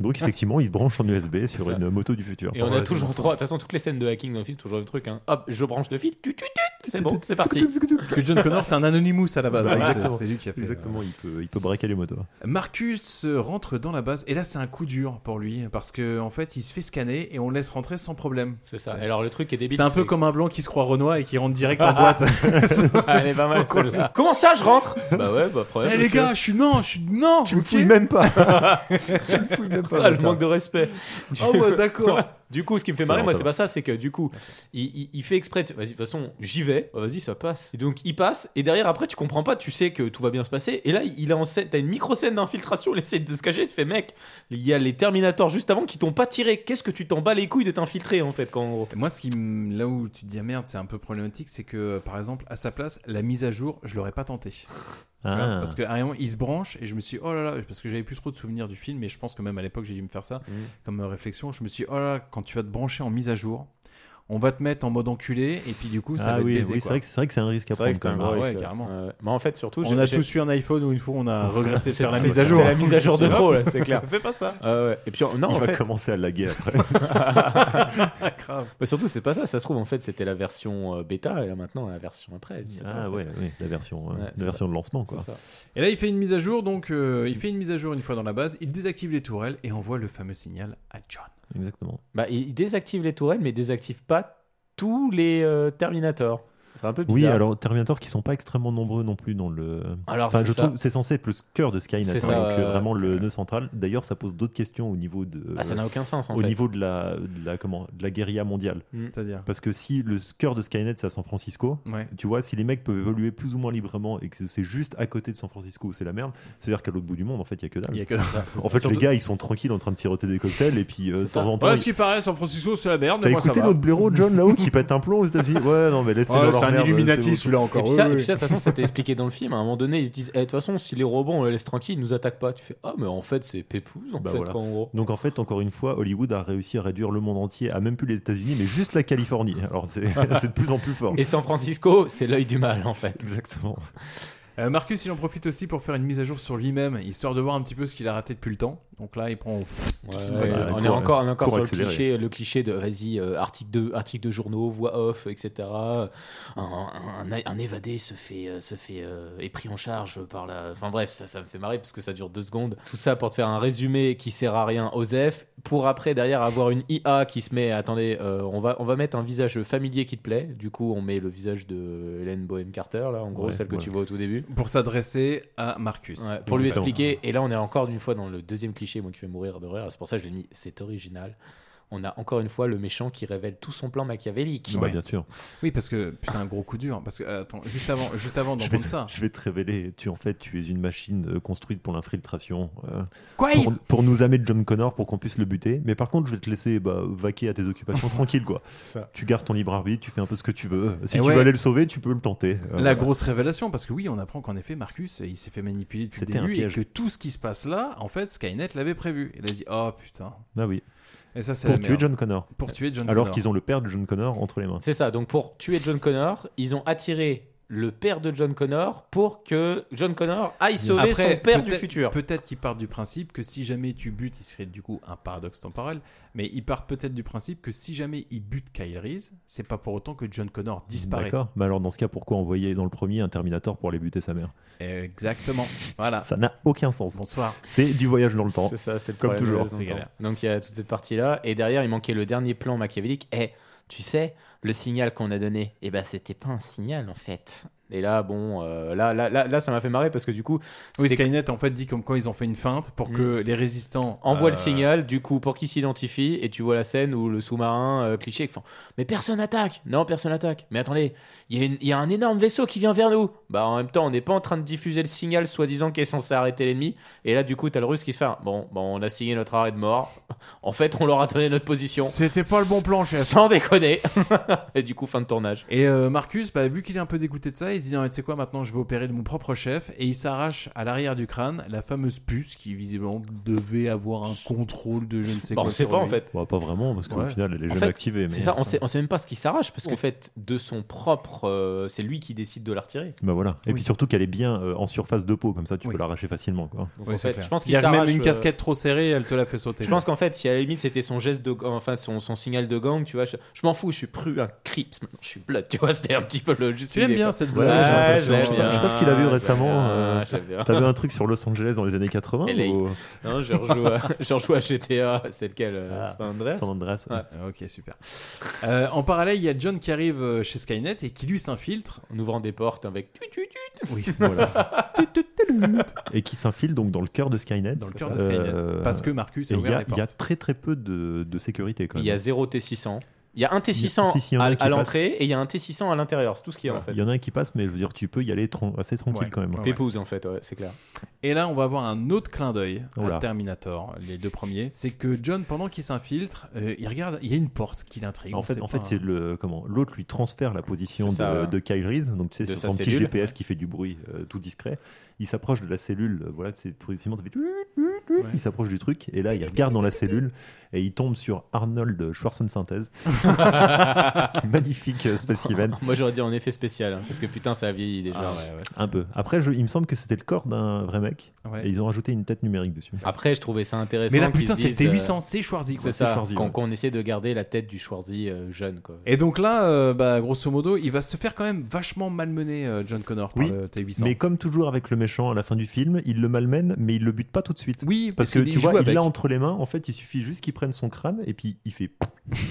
Donc effectivement, il se branche en USB sur
ça.
une moto du futur.
Et on a toujours trois. De toute façon, toutes les scènes de hacking dans le film, toujours le truc. hein. Hop, je branche le fil. tu, tu, tu, C'est bon, c'est parti.
Parce que John Connor, c'est un Anonymous à la base.
Bah,
hein, c'est-
exactement.
c'est lui qui a fait. euh,
Exactement, il peut, il peut braquer les motos.
Marcus euh, rentre dans la base et là c'est un coup dur pour lui parce que en fait il se fait scanner et on le laisse rentrer sans problème.
C'est ça. Alors le truc est débile.
C'est un peu comme un blanc qui se croit Renoir et qui rentre direct en boîte.
Ah, Elle est pas mal celle-là. Comment ça, je rentre Bah ouais, bah problème.
Eh les gars, je suis non, je suis non.
Tu me
ok.
fouilles même pas.
tu
me fouilles même pas,
Ah, le
bâtard.
manque de respect. Du-
Ah ouais, d'accord.
Du coup, ce qui me fait
C'est
marrer, moi,
vraiment
c'est
pas
pas ça, c'est que du coup, il, il- il fait exprès. de- Vas-y, de toute façon, j'y vais. Ah, Vas-y, ça passe. Et donc, il passe. Et derrière, après, tu comprends pas. Tu sais que tout va bien se passer. Et là, il est en scène. T'as une micro scène d'infiltration. Il essaie de se cacher. Tu fais, mec, il y a les Terminators juste avant qui t'ont pas tiré. Qu'est-ce que tu t'en bats les couilles de t'infiltrer en fait quand on-
Moi, ce qui m- là où tu te dis ah, merde, c'est un peu problématique, c'est que euh, par exemple, à sa place, la mise à jour, je l'aurais pas tenté. Tu vois,
Ah.
parce que à un moment, il se branche et je me suis dit, oh là là, parce que j'avais plus trop de souvenirs du film, et je pense que même à l'époque j'ai dû me faire ça comme euh, réflexion. Je me suis dit, oh là là, quand tu vas te brancher en mise à jour, on va te mettre en mode enculé et puis du coup ça
Ah
va
oui,
te baiser.
oui, c'est
quoi.
vrai que c'est vrai que c'est un risque à
C'est vrai
prendre.
que c'est un
quand
gros
même.
ouais,
risque.
carrément.
Ouais. Mais en fait, surtout,
on a tous eu un iPhone où une fois on a regretté de
C'est-
faire la
c'est-
mise à jour.
c'était la mise à jour de trop, là, c'est clair.
Fais pas ça.
Ah ouais. Et puis non,
Il
en
va
fait,
commencer à laguer après.
Mais surtout, c'est pas ça. Ça se trouve, en fait, c'était la version euh, bêta et là maintenant, la version après. je sais pas,
ah
en fait.
ouais, ouais, la version, euh,
Ouais, c'est
la version de lancement quoi.
C'est ça.
Et là, il fait une mise à jour, donc euh, il fait une mise à jour une fois dans la base, il désactive les tourelles et envoie le fameux signal à John.
Exactement.
Bah, il il désactive les tourelles, mais il désactive pas tous les euh, Terminators. C'est un peu bizarre.
Oui, alors Terminator qui sont pas extrêmement nombreux non plus dans le.
Alors,
Enfin,
c'est
je
ça.
trouve c'est censé être le cœur de Skynet,
C'est
hein,
ça,
donc euh,
euh,
vraiment le nœud central. D'ailleurs, ça pose d'autres questions au niveau de.
Ah, ça n'a aucun sens, en
euh, Au
fait.
niveau de la de la comment de la guérilla mondiale.
Mm.
C'est-à-dire
Parce que si le cœur de Skynet c'est à San Francisco,
Ouais.
tu vois, si les mecs peuvent évoluer plus ou moins librement et que c'est juste à côté de San Francisco où c'est la merde, c'est-à-dire qu'à l'autre bout du monde, en fait, il y a que dalle.
Il y a que dalle, c'est ça.
en fait,
Surtout-
les gars, ils sont tranquilles en train de siroter des cocktails et puis euh, de temps en temps.
Voilà
ils-
ce qui paraît, San Francisco, c'est la merde.
T'as
mais moi, ça
écouté
va.
notre blaireau John là-haut qui pète un plomb aux États-Unis Ouais, non, mais laisse-les
Ouais,
dans leur
c'est un
merde,
Illuminati,
c'est bon.
celui-là, encore.
Et puis, ça, et puis ça, de toute façon, c'était expliqué dans le film. À un moment donné, ils se disent Eh, De toute façon, si les robots, on les laisse tranquilles, ils nous attaquent pas. Tu fais Ah, mais en fait, c'est pépouze, en
Bah
fait,
voilà.
quoi, en gros.
Donc en fait, encore une fois, Hollywood a réussi à réduire le monde entier à même plus les États-Unis, mais juste la Californie. Alors c'est c'est de plus en plus fort.
Et San Francisco, c'est l'œil du mal, en fait.
Exactement.
Euh, Marcus, il en profite aussi pour faire une mise à jour sur lui-même, histoire de voir un petit peu ce qu'il a raté depuis le temps. Donc là, il prend.
on, est encore, on est encore sur le cliché, le cliché de vas-y, euh, article, de, article de journaux, voix off, etc. Un, un- un évadé se fait, euh, se fait euh, est pris en charge par la. Enfin bref, ça, ça me fait marrer parce que ça dure deux secondes. Tout ça pour te faire un résumé qui sert à rien aux F, pour après derrière avoir une IA qui se met. Attendez, euh, on, va, on va mettre un visage familier qui te plaît. Du coup, on met le visage de Hélène Bohem Carter, là, en gros,
Ouais,
celle que
voilà.
tu vois au tout début.
Pour s'adresser à Marcus.
Ouais, pour lui
Exactement.
expliquer. Et là, on est encore une fois dans le deuxième cliché, moi qui fait mourir de rire. C'est pour ça que je l'ai mis. C'est original. On a encore une fois le méchant qui révèle tout son plan machiavélique.
Bah, bien sûr.
Oui, parce que putain, un gros coup dur. Parce que euh, attends, juste avant, juste avant
Je
d'entendre
vais,
ça.
je vais te révéler, tu en fait, tu es une machine euh, construite pour l'infiltration. euh,
Quoi
pour, pour nous amener John Connor pour qu'on puisse le buter. Mais par contre, je vais te laisser bah, vaquer à tes occupations tranquille, quoi.
ça.
Tu gardes ton libre arbitre, tu fais un peu ce que tu veux. Si
Eh
tu
ouais.
veux aller le sauver, tu peux le tenter. Euh,
La grosse révélation, parce que oui, on apprend qu'en effet, Marcus, il s'est fait manipuler depuis le
C'était un
début et
piège.
que tout ce qui se passe là, en fait, Skynet l'avait prévu. Il a dit, oh putain.
Ah oui.
Et ça, c'est
pour
la
tuer
merde.
John Connor.
Pour tuer John
Alors
Connor.
qu'ils ont le père de John Connor entre les mains.
C'est ça. Donc, pour tuer John Connor, ils ont attiré le père de John Connor pour que John Connor aille sauver
Après,
son père du
peut-être-
futur.
Peut-être qu'ils partent du principe que si jamais tu butes, il serait du coup un paradoxe temporel, mais ils partent peut-être du principe que si jamais ils butent Kyle Reese, c'est pas pour autant que John Connor disparaît.
D'accord. Mais alors, dans ce cas, pourquoi envoyer dans le premier un Terminator pour aller buter sa mère
Exactement.
Bah.
Voilà.
Ça n'a aucun sens.
Bonsoir.
C'est du voyage dans le temps.
C'est ça, c'est le
Comme
problème,
toujours.
dans le temps. Donc il y a toute cette partie-là. Et derrière, il manquait le dernier plan machiavélique. Eh, tu sais, le signal qu'on a donné, eh ben, c'était pas un signal en fait. Et là, bon, euh, là, là, là, là, ça m'a fait marrer parce que du coup,
Oui,
c'était-
Skynet en fait dit comme quoi ils ont fait une feinte pour que les résistants
Mm. envoie
euh,
le signal, du coup, pour qu'il s'identifie, et tu vois la scène où le sous-marin euh, cliché, qui font Mais personne n'attaque Non, personne n'attaque Mais attendez, il y, a une- il y a un énorme vaisseau qui vient vers nous Bah, en même temps, on n'est pas en train de diffuser le signal soi-disant qui est censé arrêter l'ennemi, et là, du coup, t'as le russe qui se fait Bon, bah, on a signé notre arrêt de mort, en fait, on leur a donné notre position.
C'était pas le bon plan, chef.
Sans déconner Et du coup, fin de tournage.
Et euh, Marcus, bah, vu qu'il est un peu dégoûté de ça, il se dit non, mais tu sais quoi, maintenant je vais opérer de mon propre chef. Et il s'arrache à l'arrière du crâne la fameuse puce qui visiblement devait avoir un contrôle de je ne sais
Bon,
quoi.
on sait
sur
pas, en
lui.
fait.
Bah, pas vraiment, parce qu'au
Ouais.
final, elle est
En
jamais
fait,
activée.
C'est
mais-
ça, on sait, on sait même pas ce qui s'arrache, parce qu'en
Ouais.
fait, de son propre. euh, c'est lui qui décide de la retirer.
Bah voilà. Et
Oui.
puis surtout qu'elle est bien euh, en surface de peau, comme ça tu peux l'arracher facilement. Quoi.
Donc,
Ouais,
en
c'est
fait,
clair.
je pense
Il
qu'il
y a même
s'arrache,
une
euh,
casquette trop serrée, elle te l'a fait sauter.
Je pense qu'en fait, si à la limite c'était son geste de, enfin son, son signal de gang, tu vois, je, je m'en fous, je suis plus un Crips maintenant, je suis Blood, tu vois, c'était un petit peu le juste.
Tu l'aimes
l'idée,
bien,
quoi.
cette
Ouais,
blague, j'ai
je
l'impression.
l'aime
Je
bien.
sais pas ce qu'il a vu
je l'aime
récemment.
bien,
euh,
je l'aime bien.
T'avais un truc sur Los Angeles dans les années 80
LA.
ou-
Non, je rejoue, à, je rejoue à GTA, c'est lequel euh,
Ah,
San Andreas.
San Andreas, ouais.
Ah, Ok, super. Euh, en parallèle, il y a John qui arrive euh, chez Skynet et qui lui s'infiltre.
En ouvrant des portes avec. tut, tut, tut.
Oui,
voilà. Et qui s'infile donc dans le cœur de Skynet.
Dans le cœur de Skynet. Parce que Marcus a
Euh, et il y
ouvert les
Il y a
portes.
très très peu de, de sécurité quand
Il
même.
y a 0 T600. Il y a
Il
un
y
T600
a- si, si, il y en
à,
a qui
à l'entrée et il y a un T600 à l'intérieur, c'est tout ce qu'il y a en fait.
Il y en a un qui passe, mais je veux dire, tu peux y aller tran- assez tranquille
Ouais.
quand même.
Pépouze en fait, ouais, c'est clair.
Et là, on va avoir un autre clin d'œil
Oh
à
là.
Terminator, les deux premiers. C'est que John, pendant qu'il s'infiltre, euh, il regarde, il y a une porte qui l'intrigue.
En
on
fait,
sait
en
pas. hein.
fait, c'est le comment L'autre lui transfère la position
C'est ça,
de,
ouais.
de Kyle Reese, donc tu sais,
De
sur
sa
son petit
cellule,
GPS qui fait du bruit euh, tout discret. Il s'approche de la cellule, euh, voilà, c'est progressivement, ça fait tout, tout, tout. Il s'approche du truc et là, il regarde dans la cellule et il tombe sur Arnold Schwarzenegger synthèse Magnifique euh, spécimen.
Moi j'aurais dit en effet spécial, hein, parce que putain ça a vieilli déjà.
Ah, Un peu. Après, je- il me semble que c'était le corps d'un vrai mec.
Ouais.
Et ils ont rajouté une tête numérique dessus.
Ah,
Après, je trouvais ça intéressant.
Mais là,
qu'ils
putain,
se disent,
c'était
euh,
800, c'est Schwarzy, quoi.
C'est
C'est
ça,
Schwarzy,
qu'on
ouais.
qu'on essaie de garder la tête du Schwarzy euh, jeune, quoi.
Et donc là, euh, bah, grosso modo, il va se faire quand même vachement malmener euh, John Connor par le T800.
Mais comme toujours avec le méchant à la fin du film, il le malmène, mais il le bute pas tout de suite.
Oui, parce
parce, que,
qu'il
tu
joue
vois, il
avec.
l'a entre les mains. En fait, il suffit juste qu'il prenne son crâne et puis il fait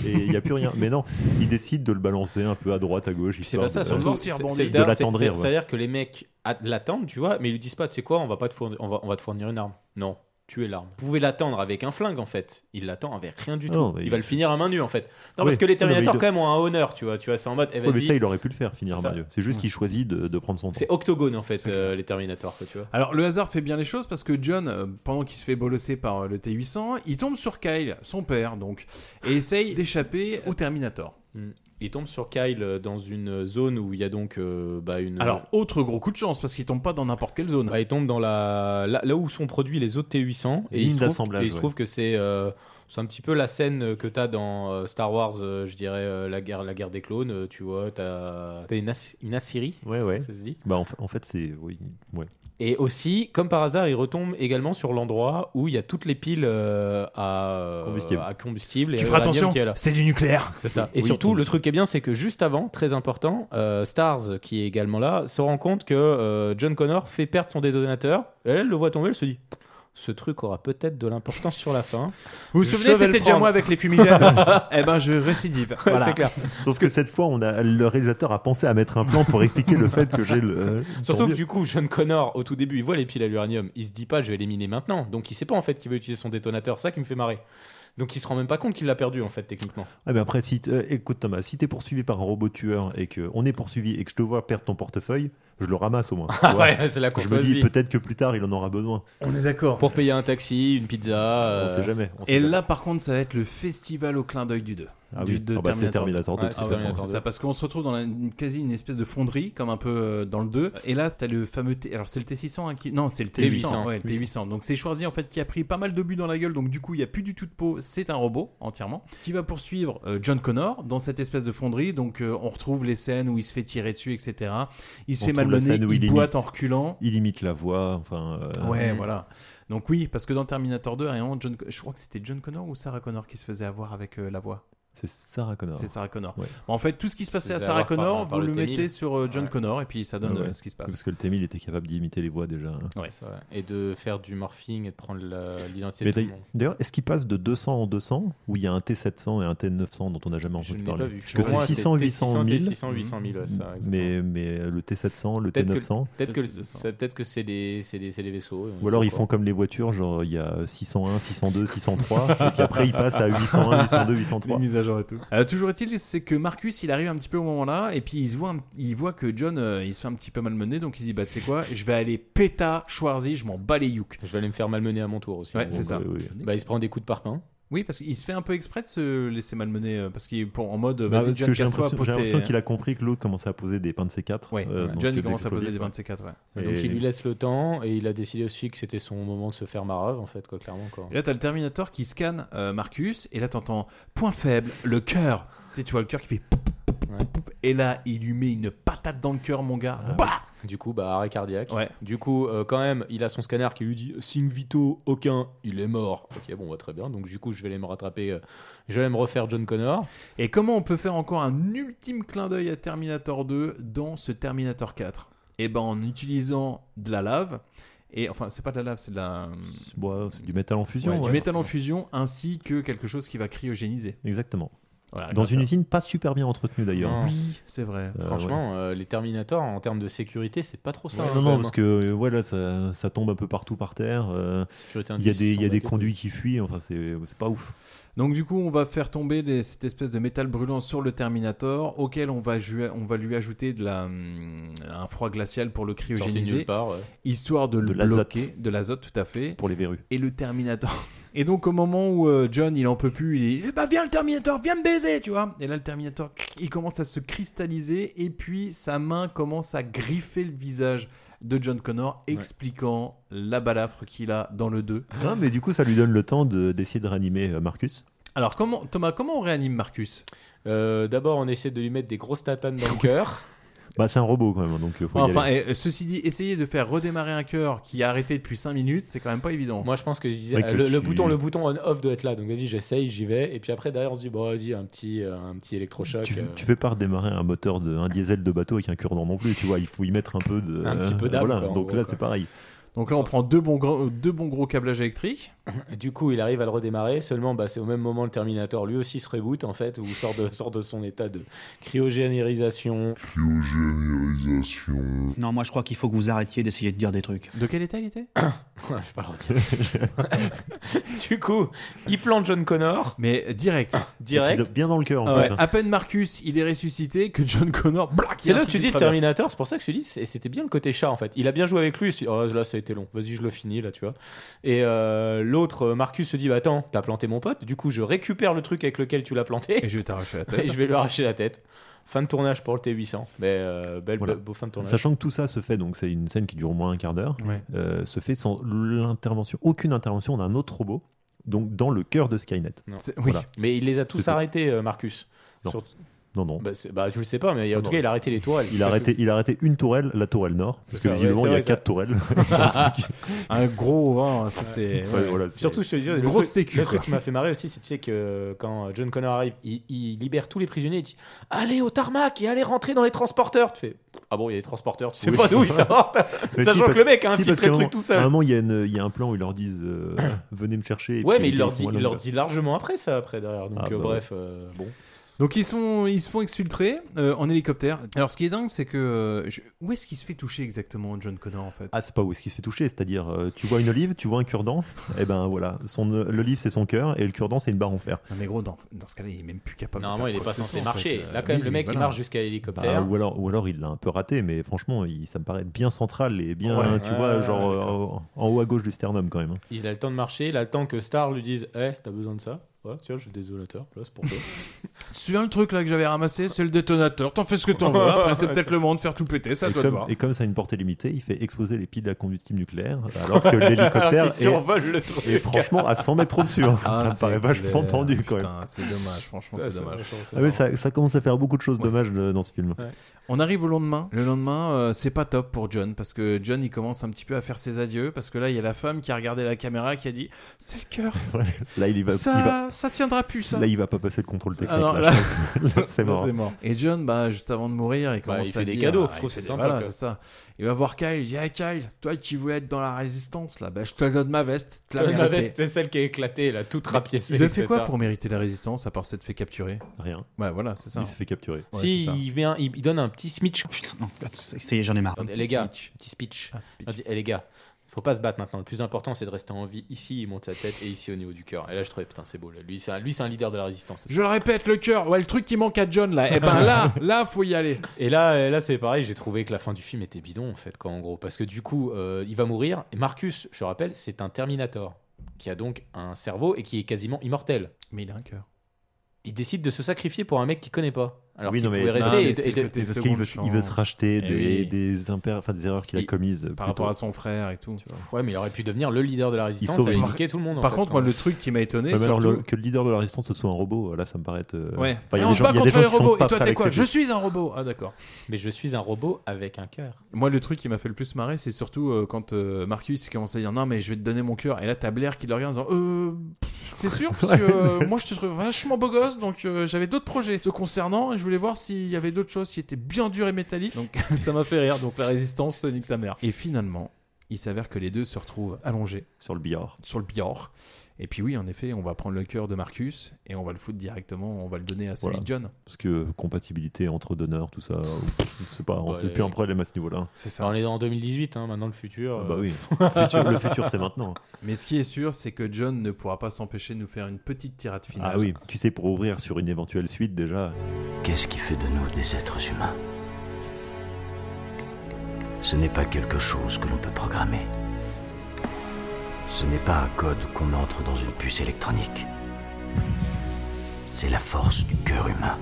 et il y a plus rien. Mais non, il décide de le balancer un peu à droite, à gauche.
C'est pas ça, surtout. c'est- c'est-
de l'attendrir.
c'est-
ouais.
C'est-à-dire que les mecs a- l'attendent, tu vois, mais ils lui disent pas, tu sais quoi, on va, pas te fournir, on, va, on va te fournir une arme. Non, tu es l'arme. Vous pouvez l'attendre avec un flingue, en fait. Il l'attend avec rien du tout.
Non, mais
il
il-
va le finir à main nue, en fait. Non,
Ah Oui.
parce que
Non, mais
les
il
Terminators,
doit-
quand même, ont un honneur, tu vois. Tu vois, c'est en mode, eh,
Ouais, mais
vas-y.
ça, il aurait pu le faire, finir
C'est ça.
Mario. C'est juste qu'il choisit de, de prendre son temps.
C'est octogone, en fait, euh, les Terminators, quoi, tu vois.
Alors le hasard fait bien les choses parce que John, euh, pendant qu'il se fait bolosser par euh, le T800, il tombe sur Kyle, son père donc, et essaye d'échapper au Terminator.
Mm. Il tombe sur Kyle euh, dans une zone où il y a donc euh, bah, une.
Alors autre gros coup de chance parce qu'il tombe pas dans n'importe quelle zone.
Bah, il tombe dans la là, là où sont produits les autres T800 et
Ligne
il se trouve,
d'assemblage,
et il se
ouais.
trouve que c'est euh, c'est un petit peu la scène que t'as dans euh, Star Wars, euh, je dirais euh, la guerre la guerre des clones, euh, tu vois, t'as t'as une, As- une Assyrie,
Ouais, ouais.
ça se dit.
Bah, en, fa- en fait, c'est. Oui, ouais.
Et aussi, comme par hasard, il retombe également sur l'endroit où il y a toutes les piles euh, à,
Combustible.
à combustible. Et
Tu
à
feras
uranium
attention,
qui est là.
c'est du nucléaire.
C'est ça. Et
Oui,
surtout, le truc qui est bien, c'est que juste avant, très important, euh, Stars, qui est également là, se rend compte que euh, John Connor fait perdre son détonateur. Elle, elle le voit tomber, elle se dit. Ce truc aura peut-être de l'importance sur la fin.
Vous vous
Je
souvenez,
vais le
c'était déjà
prendre.
moi avec les fumigènes. eh ben, je récidive. Voilà.
C'est clair.
Sauf que cette fois, on a, le réalisateur a pensé à mettre un plan pour expliquer le fait que j'ai le. euh,
Surtout que
tendu.
du coup, John Connor, au tout début, il voit les piles à l'uranium. Il se dit pas, je vais les miner maintenant. Donc il sait pas en fait qu'il veut utiliser son détonateur. Ça qui me fait marrer. Donc il se rend même pas compte qu'il l'a perdu en fait, techniquement.
Ah ben après, si t- euh, écoute Thomas, si t'es poursuivi par un robot tueur et que on est poursuivi et que je te vois perdre ton portefeuille, je le ramasse au moins. tu
Ah
vois.
ouais, c'est la
Je me dis
courtoisie.
peut-être que plus tard il en aura besoin.
On est d'accord.
Pour payer un taxi, une pizza. euh,
On sait jamais, on sait
Euh, Et là, par contre, ça va être le festival au clin d'œil du 2.
Ah
du
oui.
de
Ah bah, c'est Terminator 2, de
Ouais,
toute
ah ouais,
façon.
c'est ça, parce qu'on se retrouve dans la- une- quasi une espèce de fonderie, comme un peu euh, dans le 2. Et là, t'as le fameux. T... Alors, c'est le T600 hein, qui. Non, c'est le T800.
T800.
ouais, le T800. Donc, c'est Schwarzy en fait qui a pris pas mal de buts dans la gueule. Donc, du coup, il n'y a plus du tout de peau. C'est un robot entièrement qui va poursuivre euh, John Connor dans cette espèce de fonderie. Donc, euh, on retrouve les scènes où il se fait tirer dessus, etc. Il se
On
fait
trouve la
malmener,
scène où
il
imite-
boite en reculant.
Il imite la voix, enfin. euh,
Ouais, voilà. Donc oui, parce que dans Terminator 2, à un moment, John- je crois que c'était John Connor ou Sarah Connor qui se faisait avoir avec euh, la voix.
C'est Sarah Connor.
C'est Sarah Connor.
Ouais.
En fait, tout ce qui se passait
Se
à
faisait
Sarah
avoir par-
Connor,
par
vous
le
le
T-1000.
mettez sur euh, John Connor et puis ça donne
Ah Ouais, ouais.
euh, ce qui se passe.
Parce que le Temil était capable d'imiter les voix déjà. hein.
C'est vrai. Et de faire du morphing et de prendre la- l'identité de
Mais
tout le
d'ailleurs-
monde.
d'ailleurs, est-ce qu'il passe de 200 en 200 ou il y a un T700 et un T900 dont on n'a jamais
Je
entendu
n'ai
parler
pas vu.
Parce que
Pour
c'est
moi, c'est
600, 800, 1000.
600, 800,
euh,
1000, ouais, ça,
mais, mais euh, le T700, le
Peut-être que-
T900.
Peut-être que, c'est- peut-être que c'est des, c'est des, c'est des vaisseaux. hein. et on
Ou alors
est
ils font comme les voitures, genre il y a 601, 602, 603, et puis après ils passent à 801, 802, 803.
Les mises à jour et tout. Euh, toujours est-il, c'est que Marcus, il arrive un petit peu au moment là, et puis il, se voit, un- il voit que John, euh, il se fait un petit peu malmener, donc il se dit, bah tu sais quoi, je vais aller péta Schwarzy, je m'en bats les youks.
Je vais aller me faire malmener à mon tour aussi.
Ouais, c'est ça.
Bah, il se prend des coups de parpaing.
Oui, parce qu'il se fait un peu exprès de se laisser malmener, euh, parce qu'il est pour- en mode,
Bah,
vas-y
parce
John,
que j'ai
casse-toi,
l'impression
pose
j'ai
tes-
l'impression qu'il a compris que l'autre commençait à poser des pains de C4.
Ouais,
euh,
ouais.
donc
John, il
des
commence à poser des
explosifs,
pains de C4, ouais.
Et-
Donc il lui laisse le temps et il a décidé aussi que c'était son moment de se faire marave en fait quoi clairement quoi.
Et là, t'as le Terminator qui scanne euh, Marcus, et là, t'entends point faible, le cœur. Tu sais, tu vois le cœur qui fait. poup, poup, poup, poup, poup, Et là, il lui met une patate dans le cœur, mon
Ah
gars. Bah
Du coup bah arrêt cardiaque.
Ouais.
Du coup euh, quand même il a son scanner qui lui dit signe vito aucun il est mort. Ok bon bah, très bien donc du coup je vais aller me rattraper euh, je vais aller me refaire John Connor.
Et comment on peut faire encore un ultime clin d'œil à Terminator 2 dans ce Terminator 4 Eh ben, en utilisant de la lave. Et enfin, c'est pas de la lave, c'est de la.
Bon, c'est du métal en fusion.
Ouais,
ouais.
du métal en fusion ainsi que quelque chose qui va cryogéniser.
Exactement.
Voilà,
Dans
grâce
une
à-
usine pas super bien entretenue d'ailleurs.
Non.
Oui, c'est vrai.
Euh,
Franchement euh, les Terminators en termes de sécurité c'est pas trop ça.
Ouais,
hein,
non,
quand
non,
même.
parce que euh, ouais, là, ça, ça tombe un peu partout par terre. euh,
Sécurité
Il y a
industrielle,
des, il y a
sans
des
baquet,
conduits qui fuient, enfin, c'est c'est pas ouf.
Donc du coup, on va faire tomber les- cette espèce de métal brûlant sur le Terminator, auquel on va, ju- on va lui ajouter de la, hum, un froid glacial pour le
Sorti de
cryogéniser,
nulle part. ouais.
histoire de, le
l'azote.
bloquer, de l'azote tout à fait.
Pour les verrues.
Et le Terminator. Et donc au moment où euh, John il en peut plus, il dit eh bah viens le Terminator, viens me baiser, tu vois. Et là le Terminator, il commence à se cristalliser et puis sa main commence à griffer le visage de John Connor, expliquant la balafre qu'il a dans le 2.
Non, mais du coup, ça lui donne le temps de- d'essayer de, réanimer euh, Marcus.
Alors, comment, Thomas, comment on réanime Marcus
Euh, D'abord, on essaie de lui mettre des grosses tatanes dans le cœur.
Bah, c'est un robot quand même, donc il faut y
Enfin,
aller.
eh, ceci dit, essayer de faire redémarrer un cœur qui a arrêté depuis 5 minutes, c'est quand même pas évident.
Moi, je pense que je disais, euh, le, le bouton, le bouton on/off doit être là. Donc vas-y, j'essaye, j'y vais. Et puis après, derrière, on se dit, bon, vas-y, un petit, euh, un petit électrochoc.
Tu,
euh,
tu fais pas redémarrer un moteur de un diesel de bateau avec un cure-dent non plus, tu vois, il faut y mettre un peu de euh,
Un petit peu d'âme,
voilà,
quoi, en
donc
gros,
là
quoi.
c'est pareil.
Donc là, on prend deux bons gros, deux bons gros câblages électriques.
Du coup, il arrive à le redémarrer. Seulement, bah, c'est au même moment le Terminator lui aussi se reboot en fait, ou sort de, sort de son état de cryogénérisation.
Cryogénérisation.
Non, moi je crois qu'il faut que vous arrêtiez d'essayer de dire des trucs.
De quel état il était
Je vais pas le redire. du coup, il plante John Connor.
Mais direct. Ah
Direct.
Bien dans le cœur. hein.
en
Ouais,
plus.
À peine Marcus, il est ressuscité que John Connor. blac, il y
C'est
a un
là que
truc
tu
qui
dis le
traverse.
Terminator, c'est pour ça que je te dis, c'est- c'était bien le côté chat en fait. Il a bien joué avec lui, il s'est dit, oh, là ça a été long, vas-y je le finis là tu vois. Et euh, l'autre, euh, Marcus se dit, bah attends, t'as planté mon pote, du coup je récupère le truc avec lequel tu l'as planté.
Et je vais t'arracher la
Et je vais lui arracher la tête. Fin de tournage pour le T800, mais euh, belle,
Voilà.
beau fin de tournage.
Sachant que tout ça se fait, donc c'est une scène qui dure au moins un quart d'heure,
Ouais.
euh, se fait sans l'intervention, aucune intervention d'un autre robot, donc dans le cœur de Skynet.
Non.
Voilà.
Mais il les a tous
C'est tout.
arrêtés, euh, Marcus.
Non.
Sur-
Non, non.
Bah, c'est- bah, tu le sais pas, mais en
Non,
tout
Ah non.
cas il a arrêté les toiles.
Il a, arrêté, il a arrêté une tourelle, la tourelle nord, parce
ça,
que
ouais,
visiblement
c'est
il y a
vrai, ça.
quatre tourelles.
un gros, hein, ça, c'est.
Ouais, voilà, c'est-
Surtout, je te dis, le
Grosse
truc,
sécu,
le truc
quoi.
qui m'a fait marrer aussi, c'est tu sais, que euh, quand John Connor arrive, il, il libère tous les prisonniers, il dit Allez au tarmac et allez rentrer dans les transporteurs. Tu fais Ah bon, il y a des transporteurs, tu sais
Oui.
pas d'où ils sortent.
Mais si,
Sachant
parce-
que le mec hein, a
si, parce
infiltré
qu'à
le
un
truc
moment-
tout
À un
seul.
moment, il y, a une- il y a un plan où ils leur disent euh, Venez me chercher. et
Ouais,
puis
mais il
ils
leur,
font
dit,
un
il leur
long-
dit largement après ça, après derrière. Donc
Ah,
euh,
bah
bref, euh, bon.
Donc ils, sont, ils se font exfiltrer euh, en hélicoptère. Alors ce qui est dingue, c'est que. euh, je- Où est-ce qu'il se fait toucher exactement, John Connor, en fait
Ah, c'est pas où est-ce qu'il se fait toucher, c'est-à-dire euh, tu vois une olive, tu vois un cure-dent, et ben voilà, son euh, l'olive c'est son cœur et le cure-dent c'est une barre en fer.
Non, mais gros, dans, dans ce cas-là, il est même plus capable
Normalement,
de
il
faire
est
quoi
pas
que ce
censé
soit, en
marcher.
fait. Euh,
Là, quand même,
oui,
le mec, il
voilà.
marche jusqu'à l'hélicoptère.
Bah, ou, alors, ou alors il l'a un peu raté, mais franchement, il, ça me paraît bien central et bien,
Ouais.
tu
Ouais,
vois,
ouais,
genre euh, en en haut à gauche du sternum quand même. hein.
Il a le temps de marcher, il a le temps que Star lui dise Eh, t'as besoin de ça Ouais, tiens, j'ai le désolateur, là, c'est pour toi.
Tu te souviens le truc là que j'avais ramassé C'est le détonateur. T'en fais ce que t'en veux. hein. Après, c'est peut-être le moment de faire tout péter, ça,
et,
toi,
comme,
voir.
et comme ça a une portée limitée, il fait exploser les piles à combustible nucléaire, alors que l'hélicoptère
Alors
est,
qu'il survole le truc.
est franchement à 100 mètres au-dessus. hein.
Ah,
ça me
c'est
paraît
clair.
vachement tendu quand même.
Putain, C'est dommage, franchement,
Ça,
c'est
c'est
dommage.
vachement- c'est
Ah oui, ça, ça commence à faire beaucoup de choses dommages euh, dans ce film.
On arrive au lendemain. Le lendemain, euh, c'est pas top pour John parce que John il commence un petit peu à faire ses adieux parce que là il y a la femme qui a regardé la caméra qui a dit c'est le cœur.
Ouais. Là, il y va,
Ça-
il va-
ça tiendra plus, ça.
Là, il va pas passer le contrôle technique.
Ah non,
là,
là-
je pense. Là, c'est
Là,
mort.
Et John, bah, juste avant de mourir, il
Bah,
commence
il
à
fait des
dire-
cadeaux,
Ah,
je
il
trouve
fait
c'est
des-
sympa,
Voilà,
quoi.
c'est ça. Il va voir Kyle, il dit Hey Kyle, toi qui voulais être dans la résistance, là, bah, je te donne ma veste. te la
Toi, ma
méritée.
veste, c'est celle qui est éclatée, là, toute rapiécée.
Il a fait
etc.
quoi pour mériter la résistance à part s'être fait capturer
Rien.
Ouais, voilà, c'est ça.
Il s'est fait capturer.
Ouais,
Si,
c'est ça.
il, vient, il il donne un petit smitch.
Non, ça y est, j'en ai marre.
Eh, les gars, petit speech. On dit, eh, les gars, faut pas se battre maintenant. Le plus important, c'est de rester en vie. Ici, il monte sa tête et ici, au niveau du cœur. Et là, je trouvais, putain, c'est beau. là. Lui, c'est un, lui, c'est un leader de la résistance.
Je le répète, le cœur, ouais, le truc qui manque à John là, eh ben là, là, faut y aller.
Et là, euh, là c'est pareil, j'ai trouvé que la fin du film était bidon, en fait, quoi, en gros. Parce que du coup, euh, il va mourir. Et Marcus, je rappelle, c'est un Terminator qui a donc un cerveau et qui est quasiment immortel.
Mais il a un cœur.
Il décide de se sacrifier pour un mec qu'il connaît pas. Alors
oui,
qu'il
non, mais
pouvait
c'est-
rester
c'est-
et-
c'est
et-
parce qu'il veut- il veut, se racheter
Eh
des,
oui.
des impairs- enfin, des erreurs qu'il a
Il-
commises.
Par rapport à son frère et tout.
Ouais, mais il aurait pu devenir le leader de la résistance.
sauve
Il
une-
niquer tout le monde. en
Par
fait, hein.
contre,
quand
moi,
même.
le truc qui m'a étonné,
Ouais, mais alors, le-
surtout-
que le leader de la résistance ce soit un robot, euh, là ça me paraît. être, euh,
Ouais.
enfin, il y
Et
a
on
des
se
gens-
bat
il y a
contre
des gens
les
qui sont
robots.
pas
Et toi,
prêts
t'es
avec
quoi
cette-
Je suis un robot. Ah, d'accord.
Mais je suis un robot avec un cœur.
Moi, le truc qui m'a fait le plus marrer, c'est surtout euh, quand euh, Marcus commence à dire non, mais je vais te donner mon cœur. Et là, t'as Blair qui le regarde en disant euh, pff, T'es sûr Parce que euh, moi, je te trouve vachement beau gosse, donc euh, j'avais d'autres projets te concernant et je voulais voir s'il y avait d'autres choses qui étaient bien dures et métalliques. Donc, ça m'a fait rire. Donc, la résistance euh, nique sa mère. Et finalement, il s'avère que les deux se retrouvent allongés
sur le billard.
Sur le billard. Et puis, oui, en effet, on va prendre le cœur de Marcus et on va le foutre directement, on va le donner à celui
Voilà.
de John.
Parce que euh, compatibilité entre donneurs, tout ça, euh, pff, c'est pas,
Bah,
c'est
les-
plus un problème à ce niveau-là.
Bah, on est en 2018, hein, maintenant le futur.
Ah bah
euh,
oui. Le futur- le futur, c'est maintenant.
Mais ce qui est sûr, c'est que John ne pourra pas s'empêcher de nous faire une petite tirade finale.
Ah oui, tu sais, pour ouvrir sur une éventuelle suite déjà.
Qu'est-ce qui fait de nous des êtres humains Ce n'est pas quelque chose que l'on peut programmer. Ce n'est pas un code qu'on entre dans une puce électronique. C'est la force du cœur humain.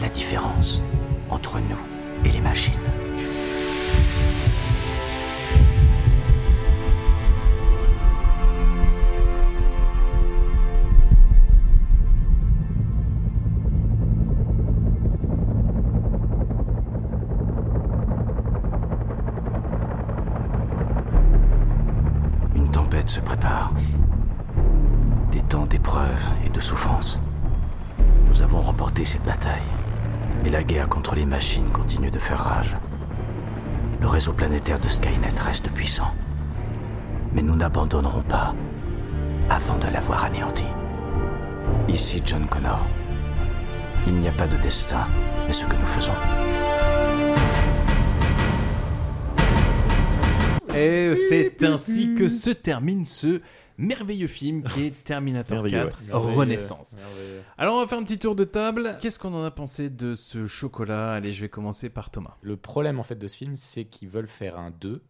La différence entre nous et les machines. tant d'épreuves et de souffrances. Nous avons remporté cette bataille, mais la guerre contre les machines continue de faire rage. Le réseau planétaire de Skynet reste puissant, mais nous n'abandonnerons pas avant de l'avoir anéanti. Ici John Connor. Il n'y a pas de destin, mais ce que nous faisons.
Et c'est ainsi que se termine ce merveilleux film qui est Terminator
Merveilleux,
4
ouais. Merveilleux,
Renaissance.
merveilleux.
Alors on va faire un petit tour de table. Qu'est-ce qu'on en a pensé de ce chocolat Allez, je vais commencer par Thomas.
Le problème en fait de ce film, c'est qu'ils veulent faire un 2.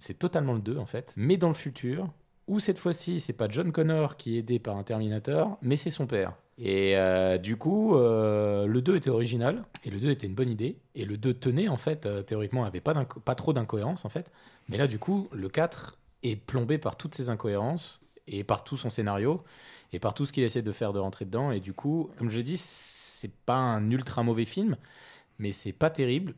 C'est totalement le 2 en fait, mais dans le futur, où cette fois-ci, c'est pas John Connor qui est aidé par un Terminator, mais c'est son père. Et euh, du coup, euh, le 2 était original, et le 2 était une bonne idée, et le 2 tenait en fait, euh, théoriquement, avait pas, d'inco- pas trop d'incohérences en fait, mais là du coup, le 4 est plombé par toutes ces incohérences, et par tout son scénario, et par tout ce qu'il essaie de faire de rentrer dedans, et du coup, comme je l'ai dit, c'est pas un ultra mauvais film, mais c'est pas terrible.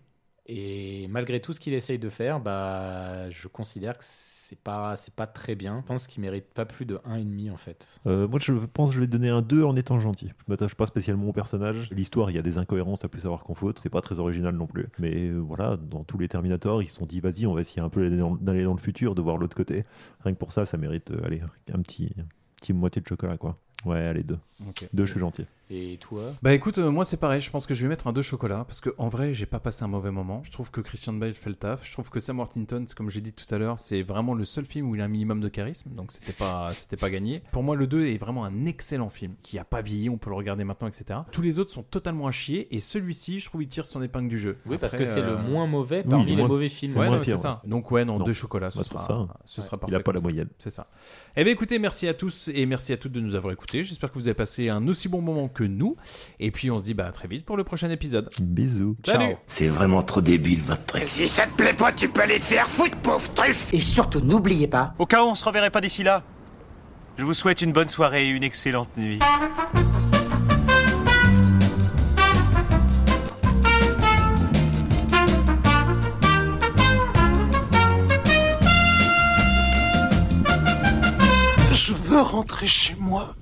Et malgré tout ce qu'il essaye de faire, bah, je considère que c'est pas, c'est pas très bien. Je pense qu'il mérite pas plus de 1,5 en fait.
Euh, moi, je pense que je vais donner un 2 en étant gentil. Je m'attache pas spécialement au personnage. L'histoire, il y a des incohérences à plus savoir qu'en faute. C'est pas très original non plus. Mais euh, voilà, dans tous les Terminators, ils se sont dit, vas-y, on va essayer un peu d'aller dans- d'aller dans le futur, de voir l'autre côté. Rien que pour ça, ça mérite, euh, allez, un petit, petit moitié de chocolat, quoi. Ouais, allez, deux.
Ok.
Deux, je suis gentil.
Et toi
Bah écoute, euh, moi c'est pareil, je pense que je vais mettre un 2 chocolat parce que en vrai, j'ai pas passé un mauvais moment. Je trouve que Christian Bale fait le taf. Je trouve que Sam Worthington, c'est comme j'ai dit tout à l'heure, c'est vraiment le seul film où il a un minimum de charisme, donc c'était pas c'était pas gagné. Pour moi, le 2 est vraiment un excellent film qui a pas vieilli, on peut le regarder maintenant, etc. Tous les autres sont totalement à chier et celui-ci, je trouve, il tire son épingle du jeu.
Oui, parce
Après,
que c'est
euh,
le moins mauvais parmi les mauvais films.
Ouais, non, mais c'est ça. Donc ouais, non, deux chocolats, ce
Moi, je
sera,
trouve ça.
ce sera
Il a
parfait
pas
comme
la
ça.
moyenne.
C'est ça. Eh bien écoutez, merci à tous et merci à toutes de nous avoir écoutés. J'espère que vous avez passé un aussi bon moment que nous. Et puis on se dit bah, à très vite pour le prochain épisode.
Bisous.
Salut
C'est vraiment trop débile, votre truc.
Si ça te plaît pas, tu peux aller te faire foutre, pauvre truffe
Et surtout, n'oubliez pas.
Au cas où on se reverrait pas d'ici là, je vous souhaite une bonne soirée et une excellente nuit.
Je veux rentrer chez moi.